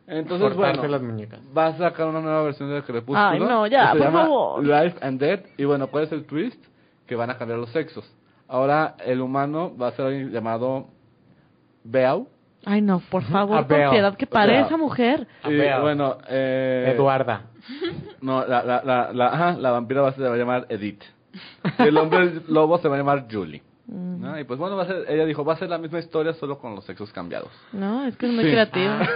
Entonces, Cortarse bueno, las muñecas. va a sacar una nueva versión de Crepúsculo. Ay, no, ya, que se por llama favor. Life and Death. Y bueno, ¿cuál es el twist? Que van a cambiar los sexos. Ahora el humano va a ser alguien llamado Beau Ay, no, por favor, Abel. con piedad que pare Abel. esa mujer. Y Abel. bueno, eh, Eduarda. No, la, la, la, la, ajá, la vampira va a- se va a llamar Edith. Y el hombre lobo se va a llamar Julie. Mm. ¿no? Y pues bueno, va a ser, ella dijo, va a ser la misma historia solo con los sexos cambiados. No, es que es muy Sí. creativa.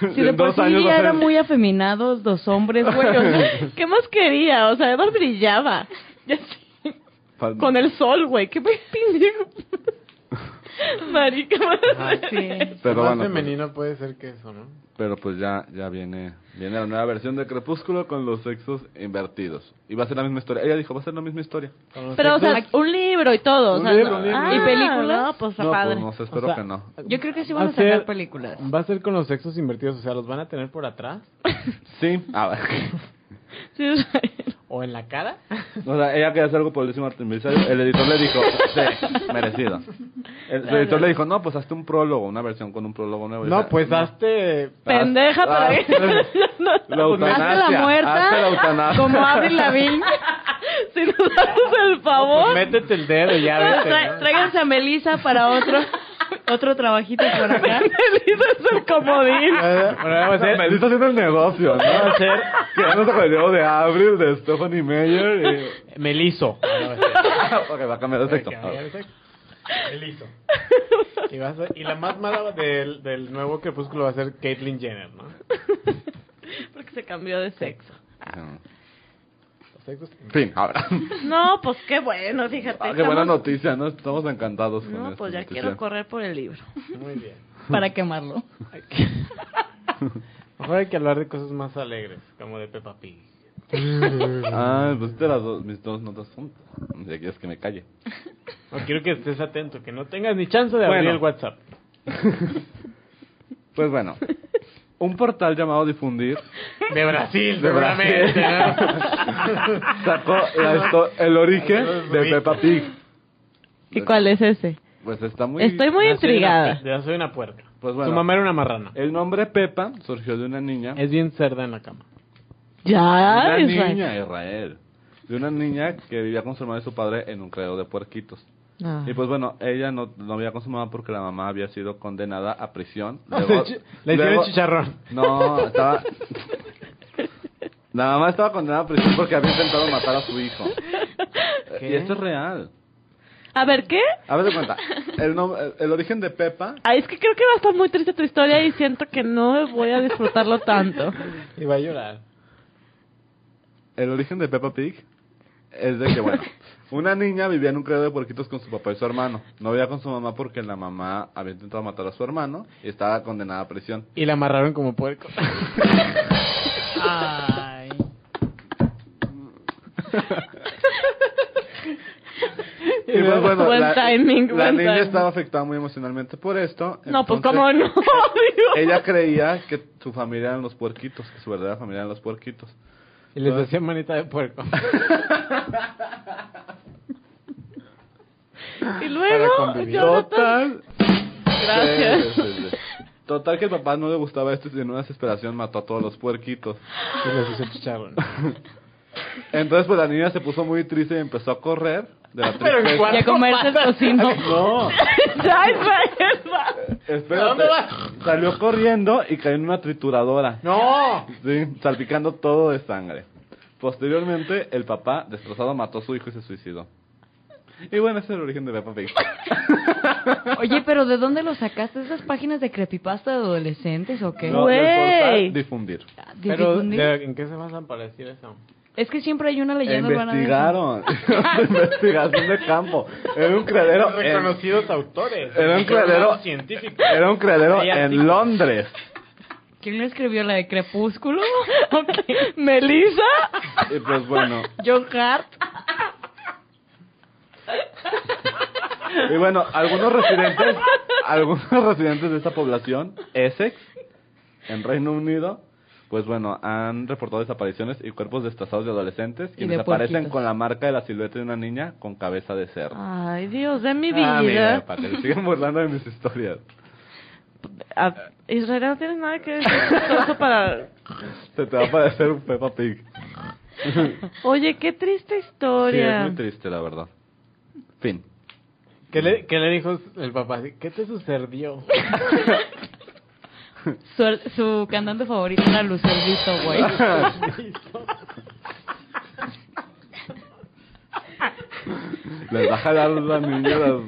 Si de En por dos sí años va a ya ser- eran muy afeminados los hombres, güey. o sea, ¿Qué más quería? O sea, Edward brillaba. Ya sí. Fal- Con el sol, güey. ¿Qué más pendejo? Marica, vas a Ay, hacer? sí. Pero bueno, Más pues- femenino puede ser que eso, ¿no? Pero pues ya, ya viene, viene la nueva versión de Crepúsculo con los sexos invertidos. Y va a ser la misma historia. Ella dijo, va a ser la misma historia. Con los Pero, o sea, sexos- un libro y todo. o Un sea, libro, no- un libro. Ah, ¿Y películas? No, pues está no, padre. pues no sé, espero o sea, que no. Yo creo que sí va van a ser- sacar películas. Va a ser con los sexos invertidos, o sea, los van a tener por atrás Sí, ah, a ver. Sí, o sea, o en la cara. O sea, ella quería hacer algo por el décimo aniversario. El editor le dijo, sí, merecido. El, su editor le dijo, no, pues hazte un prólogo, una versión con un prólogo nuevo. Y No, dice, pues hazte Pendeja, Ah, pero... La eutanasia. Hazte la muerta, hazte la eutanasia. como Avril Lavigne. si nos haces el Pues favor... métete el dedo y ya vete. Tra- ¿no? Tráiganse a Melissa para otro otro trabajito por acá. Melissa es el comodín. Eh, Bueno, vamos a Me hacer- está haciendo el negocio, ¿no? vamos a hacer Quedándose con el video de Abril, de Stephanie Meyer. Y... Meliso. ok, va a cambiar de sexo. Meliso. Y, va a ser- y la más mala del, del nuevo crepúsculo va a ser Caitlyn Jenner, ¿no? Porque se cambió de sexo. Los sexos- En fin, ahora. No, pues qué bueno, fíjate. Ah, qué buena estamos- noticia, ¿no? Estamos encantados con No, esta pues ya noticia. quiero correr por el libro. Muy bien. para quemarlo. Mejor hay que hablar de cosas más alegres, como de Peppa Pig. Ah, pusiste las dos, mis dos notas juntas. Ya quieres que me calle. No quiero que estés atento, que no tengas ni chance de abrir Bueno. el WhatsApp. Pues bueno, un portal llamado Difundir De Brasil, De seguramente. ¿no? sacó Ah, la histo- el origen de Peppa Pig. ¿Y cuál es ese? Pues está muy... Estoy muy Ya soy una- intrigada. Ya soy una puerca. Pues bueno. Eh. Su mamá era una marrana. El nombre Peppa surgió de una niña. Es bien cerda en la cama. Ya, una Israel. niña, Israel. De una niña que vivía con su hermano y su padre en un creo de puerquitos. Ah. Y pues bueno, ella no, no había consumado porque la mamá había sido condenada a prisión. No, Luego- se chi- le hicieron luego- chicharrón. No, estaba... La mamá estaba condenada a prisión porque había intentado matar a su hijo. Y esto es real. A ver, ¿qué? A ver, cuenta. El, nom- el- el origen de Peppa... Ay, es que creo que va a estar muy triste tu historia y siento que no voy a disfrutarlo tanto. Y va a llorar. El origen de Peppa Pig es de que, bueno, una niña vivía en un credo de puerquitos con su papá y su hermano. No vivía con su mamá porque la mamá había intentado matar a su hermano y estaba condenada a prisión. Y la amarraron como puerco. Ay. Y pues, bueno, Buen la, timing, la buen niña timing. estaba afectada muy emocionalmente por esto. No, pues entonces, cómo no, digo. Ella creía que su familia eran los puerquitos, que su verdadera familia eran los puerquitos. Y les hacía manita de puerco. Y luego, convivir. Total. Jonathan, Gracias. Sí, sí, sí. Total que el papá no le gustaba esto y en una desesperación mató a todos los puerquitos. Y les hizo chicharrón. Entonces, pues la niña se puso muy triste y empezó a correr de la Pero en tristeza. cuarto Y a comerse el paso. tocino. No. Ya, Israel, va. Espérate. ¿A dónde vas? Salió corriendo y cayó en una trituradora, No. sí, salpicando todo de sangre. Posteriormente, el papá, destrozado, mató a su hijo y se suicidó. Y bueno, ese es el origen de Peppa Pig. Oye, pero ¿de dónde lo sacaste? ¿Esas páginas de creepypasta de adolescentes o qué? No, del portal Güey. difundir. ¿De Pero, difundir? ¿de- ¿en qué se basan para decir eso? Es que siempre hay una leyenda urbana de- Investigaron. Investigación de campo. Era un creadero. eh, en- Reconocidos autores. Era un creadero. Científico. Era un creadero Hay artículos. en Londres. ¿Quién escribió la de Crepúsculo? Melissa, Y pues bueno. John Hart. Y bueno, algunos residentes, algunos residentes de esta población, Essex, en Reino Unido, pues bueno, han reportado desapariciones y cuerpos destazados de adolescentes, quienes de aparecen puerquitos. Ah, con la marca de la silueta de una niña con cabeza de cerdo. Ay, Dios de mi Ah, mira, vida. para que se sigan burlando de mis historias. Ah, Israel, no tienes nada que decir sobre eso para... Se te va a parecer un Peppa Pig. Oye, qué triste Sí, es historia. muy triste, la verdad. Fin. ¿Qué le, qué le dijo el papá? Así, ¿Qué te sucedió? Su, su cantante favorito era Lucerito, güey. Ah, Les va a jalar la niña las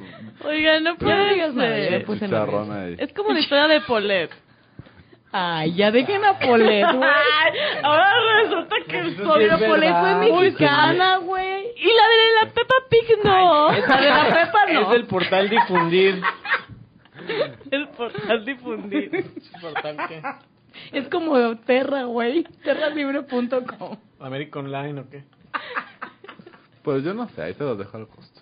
Ya Oiga, no no puede digas nada, ya ser. le puse en la red. chicharrón ahí. Es como la historia de Polet. Ay, ya dejen a Polet, güey. Ay, ahora resulta que el Eso sí sobre Pues, es Polet fue verdad. mexicana, güey. Y la de la Peppa Pig no. Es la de la Peppa no. Es el portal difundir. El portal difundido. ¿Portal qué? Es como Terra, güey. Terralibre.com. ¿American Online o qué? Pues yo no sé, ahí se los dejo al costo.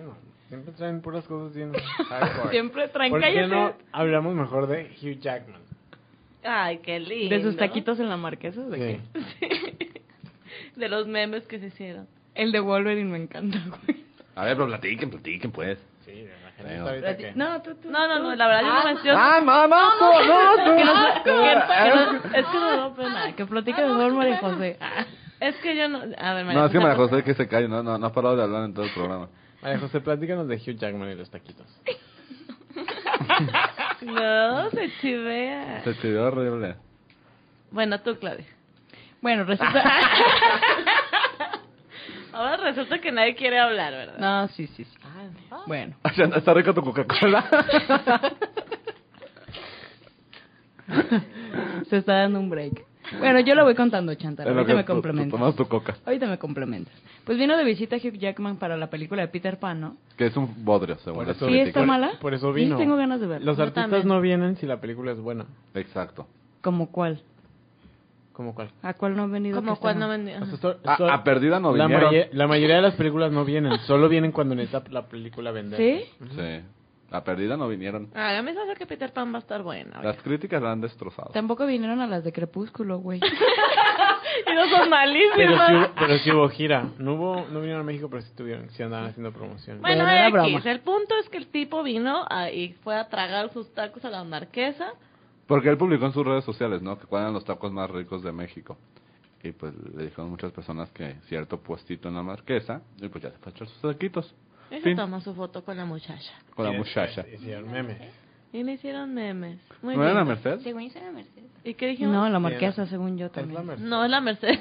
No, siempre traen puras cosas bien hardcore. Siempre traen ¿Por qué cállate. no hablamos mejor de Hugh Jackman? Ay, qué lindo. De sus taquitos en la marquesa. ¿de qué? Sí. De los memes que se hicieron. El de Wolverine me encanta, güey. A ver, pero platiquen, platiquen, pues. Sí, de la gente Venga. ahorita que... No, tú, tú. No, no, no, la verdad yo no me estoy... ¡Ah, mamá! ¡No, no! que no, no sé- que Ah, no- no. que no- es que no no, pena. Que platica de Wolverine María José. Ah, Es que yo no... A ver, María No, es que José, María José que se cae, no, no, no ha parado de hablar en todo el programa. María José, platícanos de Hugh Jackman y los taquitos. No, se chivea. Se te dio horrible. Bueno, tú, Claudia. Bueno, resulta. Ahora resulta que nadie quiere hablar, ¿verdad? Ah, No, sí, sí, sí. Bueno. Ay, anda, Está rica tu Coca-Cola. Se está dando un break. Bueno, yo lo voy contando, Chantal. Es lo Ahorita que me tú- tú complementas. Tomas tu coca. Ahorita me complementas. Pues vino de visita Hugh Jackman para la película de Peter Pan, ¿no? Que es un bodrio, según Por la eso- ¿Sí está crítica. mala? Por eso Yo vino. tengo ganas de verla. Los Yo artistas también. no vienen si la película es buena. Exacto. ¿Como cuál? ¿Cómo cuál? ¿A cuál no han venido? que Como está cuando mal? vendió. O sea, so- so- Ah, A, a perdida no la, vinieron. maye- la mayoría de las películas no vienen, solo vienen cuando necesita la película vender. ¿Sí? Sí. A perdida no vinieron. Ah, a mí me hace que Peter Pan va a estar buena. Las críticas la han destrozado. Tampoco vinieron a las de Crepúsculo, güey. Y no Pero son malísimas. sí, hubo, pero sí hubo gira. No hubo, no vinieron a México, pero sí tuvieron, sí andaban haciendo promoción. Bueno, Pero era X, broma. el punto es que el tipo vino a- y fue a tragar sus tacos a la marquesa. Porque él publicó en sus redes sociales, ¿no? Que cuáles eran los tacos más ricos de México. Y pues le dijeron muchas personas que cierto puestito en la marquesa. Y pues ya se fue a echar sus taquitos. Y se Fin. tomó su foto con la muchacha. Con la muchacha. Hicieron meme. Y le hicieron memes. Muy ¿No era la bien. Merced? Según yo era Mercedes. ¿Y qué dijimos? No, la marquesa, según yo Es la también. Merced. No, es la Mercedes.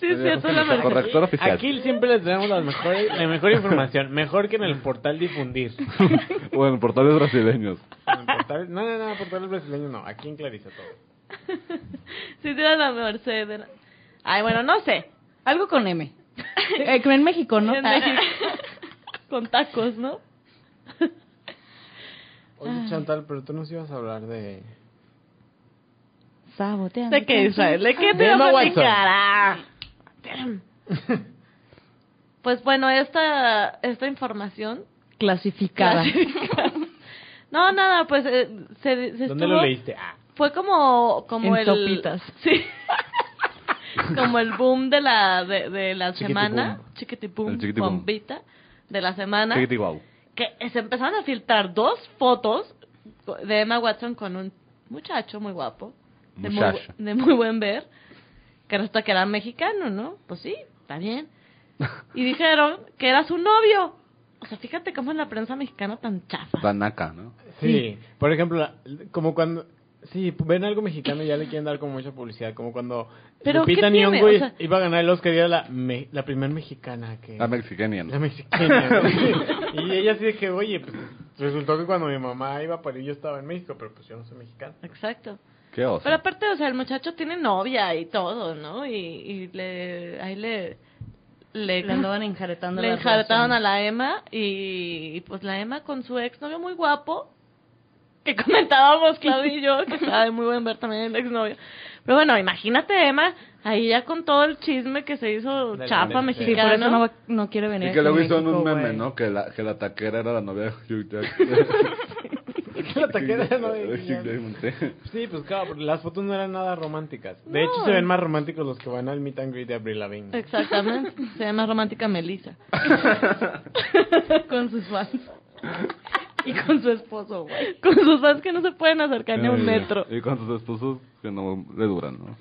sí, es cierto, es la Mercedes. Corrector oficial. Aquí siempre les traemos las mejores, la mejor información, mejor que en el portal difundir. bueno, portales brasileños. En el portal- no, no, no, portales brasileños no, aquí en Clarice todo. Sí, era la Mercedes. era- Ay, bueno, no sé. Algo con M. Eh, que en México, ¿no? En México. Con tacos, ¿no? Oye, Chantal, pero tú nos ibas a hablar de... Saboteando. ¿De qué, Israel? ¿De qué te De iba Emma a Watson. platicar? Ah. Pues bueno, esta, esta información... Clasificada. No, nada, pues eh, se, se ¿Dónde estuvo- lo leíste? Ah, Fue como, como En el... Sopitas. Sí. como el boom de la, de, de la semana. El Chiquitipum. chiquitibum. Bombita. De la semana. Chiquiti guau. que se empezaron a filtrar dos fotos de Emma Watson con un muchacho muy guapo, de, muy, Muchacho. bu- de muy buen ver, que resulta que era mexicano, ¿no? Pues sí, está bien. Y dijeron que era su novio. O sea, fíjate cómo es la prensa mexicana tan chafa. Tanaka, ¿no? sí, por ejemplo, la- como cuando... Sí, ven algo mexicano y ya le quieren dar con mucha publicidad, como cuando ¿Pero Lupita qué tiene? Nyong'o O sea- iba a ganar el Oscar y era la, me- la primer mexicana que... La mexicanian. La mexicana. y ella así de que, oye, pues, resultó que cuando mi mamá iba a París yo estaba en México, pero pues yo no soy mexicana. Exacto. Qué oso. Pero aparte, o sea, el muchacho tiene novia y todo, ¿no? Y, y le, ahí le... Le, Le andaban enjaretando Le la enjartaron relación. a la Emma y, y, pues la Emma con su exnovio muy guapo, que comentábamos Claudio y yo, que estaba de muy buen ver también el exnovio. Pero bueno, imagínate Emma ahí ya con todo el chisme que se hizo Del- chapa del- Sí, por mexicana. eso no, va- no quiere venir. Y aquí que a luego hizo México, un meme, güey. ¿no? Que la, que la taquera era la novia de Hugh Jackman. La taquera no De Hugh Jackman, sí. Sí, pues claro, porque las fotos no eran nada románticas. De No. hecho, se ven más románticos los que van al meet and greet de Avril Lavigne. Exactamente, se llama romántica Melissa. con sus fans. y con su esposo, güey. Con sus fans que no se pueden acercar ni a un Ay, metro. Y con sus esposos que no le duran, ¿no?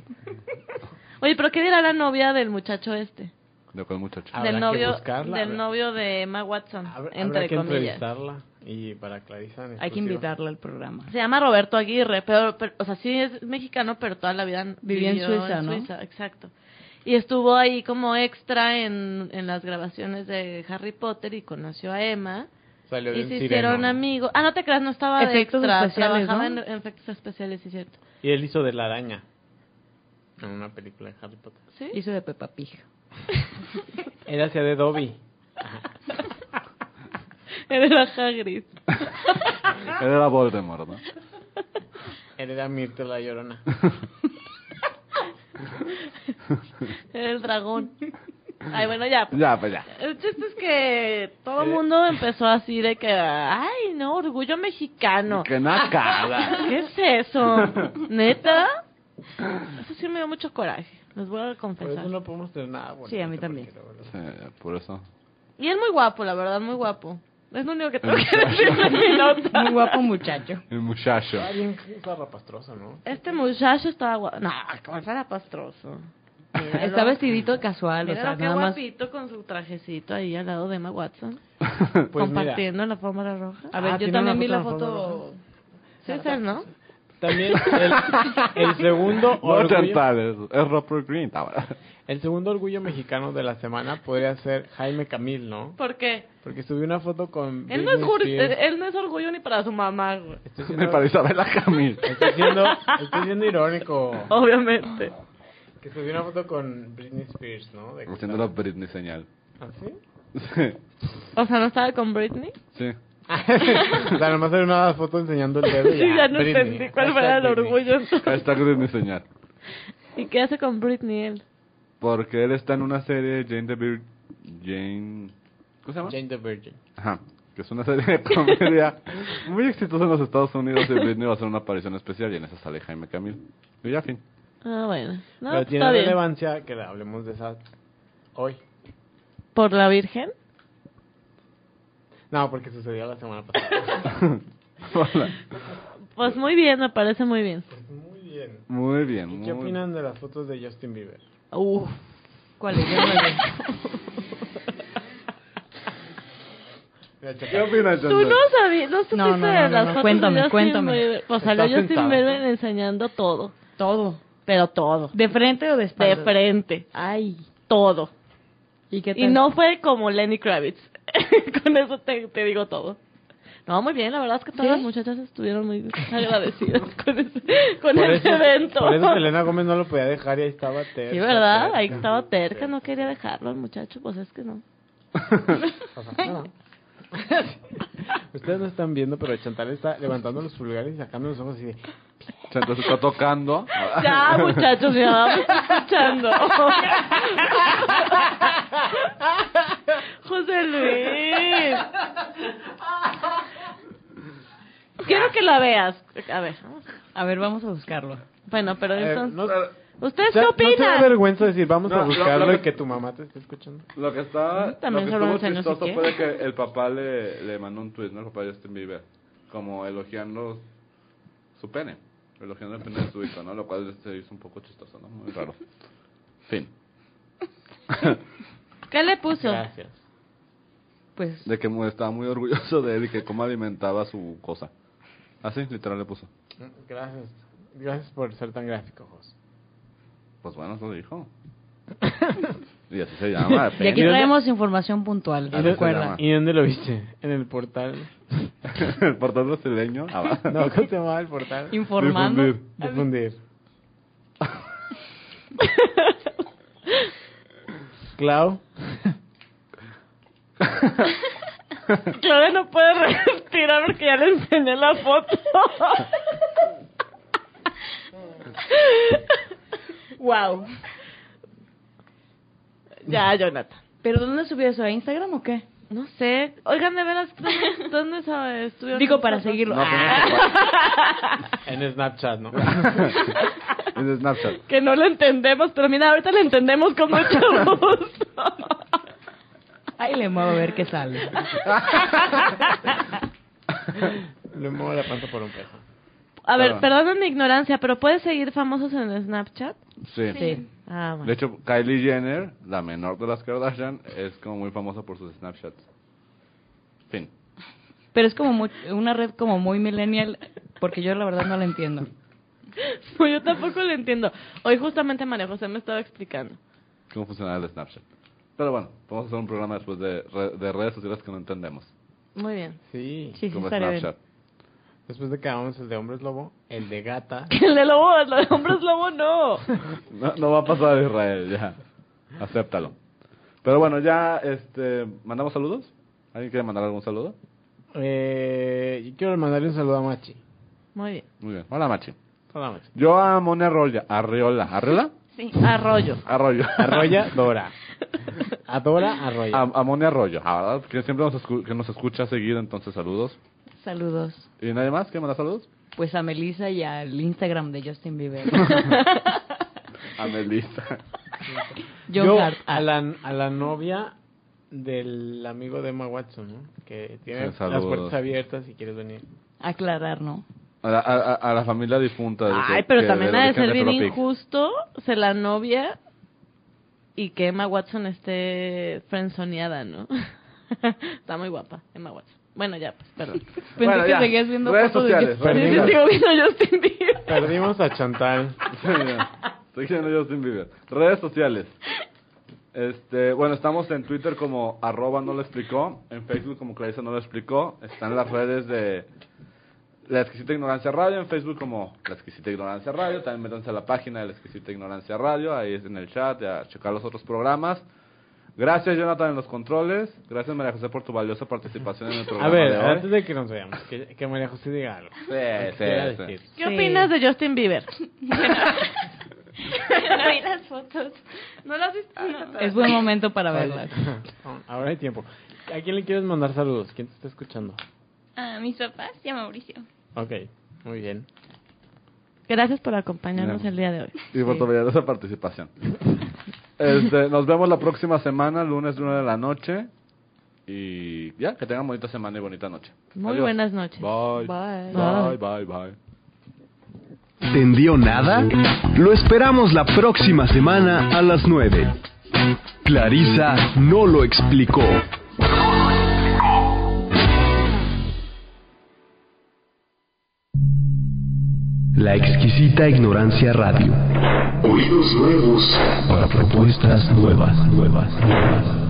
Oye, pero ¿qué dirá la novia del muchacho este? de cuál muchacho. Habrá Del que novio, buscarla, del habrá- novio de Emma Watson, Habrá, habrá entre que comillas. entrevistarla y para Clarisa. en Hay que exclusiva. invitarla al programa. Se llama Roberto Aguirre, pero, pero- o sea, sí es mexicano, pero toda la vida Vivió en Suiza, ¿no? exacto. Y estuvo ahí como extra en, en las grabaciones de Harry Potter y conoció a Emma. Salió de Y un se sireno. hicieron amigos. Ah, no te creas, no estaba de Efectos extra. especiales, Trabajaba ¿no? en, en efectos especiales, sí, cierto. Y él hizo de la araña. En una película de Harry Potter. ¿Sí? Hizo de Peppa Pig. Él hacía de Dobby. Era Hagrid. Él era Voldemort, ¿no? Él era Mirta la Llorona. Era el dragón. Ay, bueno, ya. pues. Ya, pues ya. El chiste es que todo el mundo empezó así de que, ay, no, orgullo mexicano. Que nacada. ¿Qué es eso? ¿Neta? Eso sí me dio mucho coraje, les voy a Por Pues eso confesar. no podemos tener nada bueno. Sí, a mí también. Sí, por eso. Y es muy guapo, la verdad, muy guapo. Es lo único que tengo que decir en mi nota. Muy guapo muchacho. El muchacho. Está bien zarrapastrosa, ¿no? Este muchacho estaba guapo. No, cuál era pastroso. Míralo. Está vestidito casual, o Míralo, sea, qué nada más. guapito con su trajecito ahí al lado de Emma Watson. Pues mira, compartiendo la fórmula roja. A ver, Ah, yo tiene también una vi la foto de la foto. Sí, es él, ¿no? también el, el segundo No orgullo, tantales. Es Robert Green. ahora. el segundo orgullo mexicano de la semana podría ser Jaime Camil, ¿no? ¿Por qué? Porque subí una foto con Él no, Britney es eh, gur- Spears. él no es orgullo ni para su mamá, güey. Estoy Me siendo, parece a la Camil. estoy siendo, estoy siendo irónico. Obviamente. Que subí una foto con Britney Spears, ¿no? De que Haciendo la Britney señal. ¿Ah, sí? Sí. O sea, no estaba con Britney. Sí. o sea, nomás era una foto enseñando el dedo. y Sí, ya no Britney. entendí cuál fuera el Hashtag Britney. orgullo. Hashtag Britney señal. ¿Y qué hace con Britney él? Porque él está en una serie Jane the Vir- Jane... ¿Cómo se llama? Jane the Virgin. Ajá. Que es una serie de comedia muy exitosa en los Estados Unidos y Britney va a hacer una aparición especial y en esa sale Jaime Camil. Y ya, fin. Ah, bueno. No, Pero pues, tiene está bien. relevancia que le hablemos de esa hoy. ¿Por la Virgen? No, porque sucedió la semana pasada. Pues muy bien, me parece muy bien. Muy bien. Muy bien. ¿Y Muy... qué opinan de las fotos de Justin Bieber? Uf. ¿Cuál es? Yo no la vi. Mira, ¿Qué checa. opinas, Tú no Chandler? sabías, no supiste No, no, no, de no, las no. fotos Cuéntame, de Justin cuéntame. Bieber. Pues salió Está Justin sentado. Bieber enseñando todo, Todo. pero todo. ¿De frente o de De espalda? frente, Ay. todo. ¿Y qué tal? Y no fue como Lenny Kravitz. Con eso te, te digo todo. No, muy bien, la verdad es que todas ¿Sí? las muchachas estuvieron muy agradecidas con ese, con Por ese eso- evento. Por eso Selena Gómez no lo podía dejar y ahí estaba terca. Sí, ¿verdad? Ahí terca. estaba terca, no quería dejarlo al muchacho, pues es que no. Ustedes no están viendo, pero Chantal está levantando los pulgares y sacando los ojos así de... eh, Chandler se está tocando. Ya, muchachos, ya vamos escuchando. José Luis. Quiero que la veas. A ver. A ver, vamos a buscarlo. Bueno, pero Eh, entonces... no- ¿Ustedes Cha- qué ¿No te da opinan? vergüenza decir vamos No, a lo- buscarlo lo- y que tu mamá te esté escuchando? Lo que está. También lo que solo unos estuvo años, chistoso ¿y qué? fue que el papá le, le mandó un tweet, ¿no? El papá de Justin Bieber. Como elogiando su pene. Elogiando el pene de su hijo, ¿no? Lo cual se hizo un poco chistoso, ¿no? Muy raro. Fin. ¿Qué le puso? Gracias. Pues, De que mu- estaba muy orgulloso de él y que cómo alimentaba su cosa. Así, literal, le puso. Gracias. Gracias por ser tan gráfico, Jos. Pues bueno, eso dijo. y así se llama. y aquí pene. traemos información puntual, Ah, no se recuerda. llama. ¿Y dónde lo viste? En el portal. el portal brasileño. Ah, va. No, ¿cómo se llama el portal? Informando. Difundir. Difundir. Clau. Claudia no puede respirar porque ya le enseñé la foto. wow. Ya, Jonathan. ¿Pero dónde subió eso? ¿A Instagram o qué? No sé. Oigan, de veras, ¿dónde, dónde ah, sabe- estuvieron? Digo, para nosotros? seguirlo. No, Ah, En Snapchat, ¿no? Es Snapchat. Que no lo entendemos, pero mira, ahorita lo entendemos con mucho gusto. Ahí le muevo a ver qué sale. Le muevo la panza por un peso. A ver, Claro. perdona mi ignorancia, pero ¿puedes seguir famosos en Snapchat? Sí. Sí. Ah, bueno. De hecho, Kylie Jenner, la menor de las Kardashian, es como muy famosa por sus snapshots. Fin. Pero es como muy- una red como muy millennial, porque yo la verdad no la entiendo. Pues yo tampoco lo entiendo. Hoy justamente María José me estaba explicando. ¿Cómo funciona el Snapchat? Pero bueno, vamos a hacer un programa después de, re- de redes sociales que no entendemos. Muy bien. Sí. Sí, sí, como estaría bien. Snapchat. Después de que hagamos el de hombres lobo, el de gata. El de lobo, el de hombres lobo no. No, no va a pasar a Israel, ya. Acéptalo. Pero bueno, ya este, mandamos saludos. ¿Alguien quiere mandar algún saludo? Eh, yo quiero mandarle un saludo a Machi. Muy bien. Muy bien. Hola, Machi. Hola, Machi. Yo a Moni Arroya. Arriola. ¿Arriola? Sí. Arroyo. Arroyo. Arroya Dora. Adora A, Arroya. a Moni Arroyo, ah, ¿verdad? Que siempre nos, escu- que nos escucha seguido, entonces saludos. Saludos. ¿Y nadie más quiere mandar saludos? Pues a Melissa y al Instagram de Justin Bieber. A Melissa. John yo Hart. a la, a la novia del amigo de Emma Watson, ¿no? Que tiene Sí, las saludos. puertas abiertas si quieres venir. Aclarar, ¿no? A la, a, a- a la familia difunta. de- Ay, que- pero que también ha de origen ser bien Peppa Pig. injusto ser la novia y que Emma Watson esté frenzoneada, ¿no? Está muy guapa, Emma Watson. Bueno, ya, pues, perdón. Pensé Bueno, que ya. seguías viendo Redes fotos sociales, pues, de Justin redes Sí, Bieber. sociales. sigo viendo a Justin Bieber. Perdimos a Chantal. Sí, ya. Estoy diciendo Justin Bieber. Redes sociales. Este, bueno, estamos en Twitter como arroba no lo explicó, en Facebook como Clarisa no lo explicó, están las redes de La Exquisita Ignorancia Radio, en Facebook como La Exquisita Ignorancia Radio, también métanse a la página de La Exquisita Ignorancia Radio, ahí es en el chat, a checar los otros programas. Gracias Jonathan en los controles, gracias María José por tu valiosa participación en el A programa. ver, de hoy. antes de que nos vayamos, que, que María José diga algo. Sí, Quiero sí, sí. decir. ¿Qué Sí. opinas de Justin Bieber? No vi las fotos. ¿No las viste? Ah, Es buen momento para verlas. Ahora hay tiempo. ¿A quién le quieres mandar saludos? ¿Quién te está escuchando? A mis papás y a Mauricio. Ok, muy bien. Gracias por acompañarnos el día de hoy. Y por tu valiosa participación. Este, nos vemos la próxima semana, lunes 1 de la noche. Y ya, que tengan bonita semana y bonita noche. Muy Adiós. buenas noches. Bye. Bye, Bye. bye, bye. ¿Tendió nada? Lo esperamos la próxima semana a las 9. Clarisa no lo explicó. La exquisita ignorancia radio. Oídos nuevos. Para propuestas nuevas, nuevas, nuevas.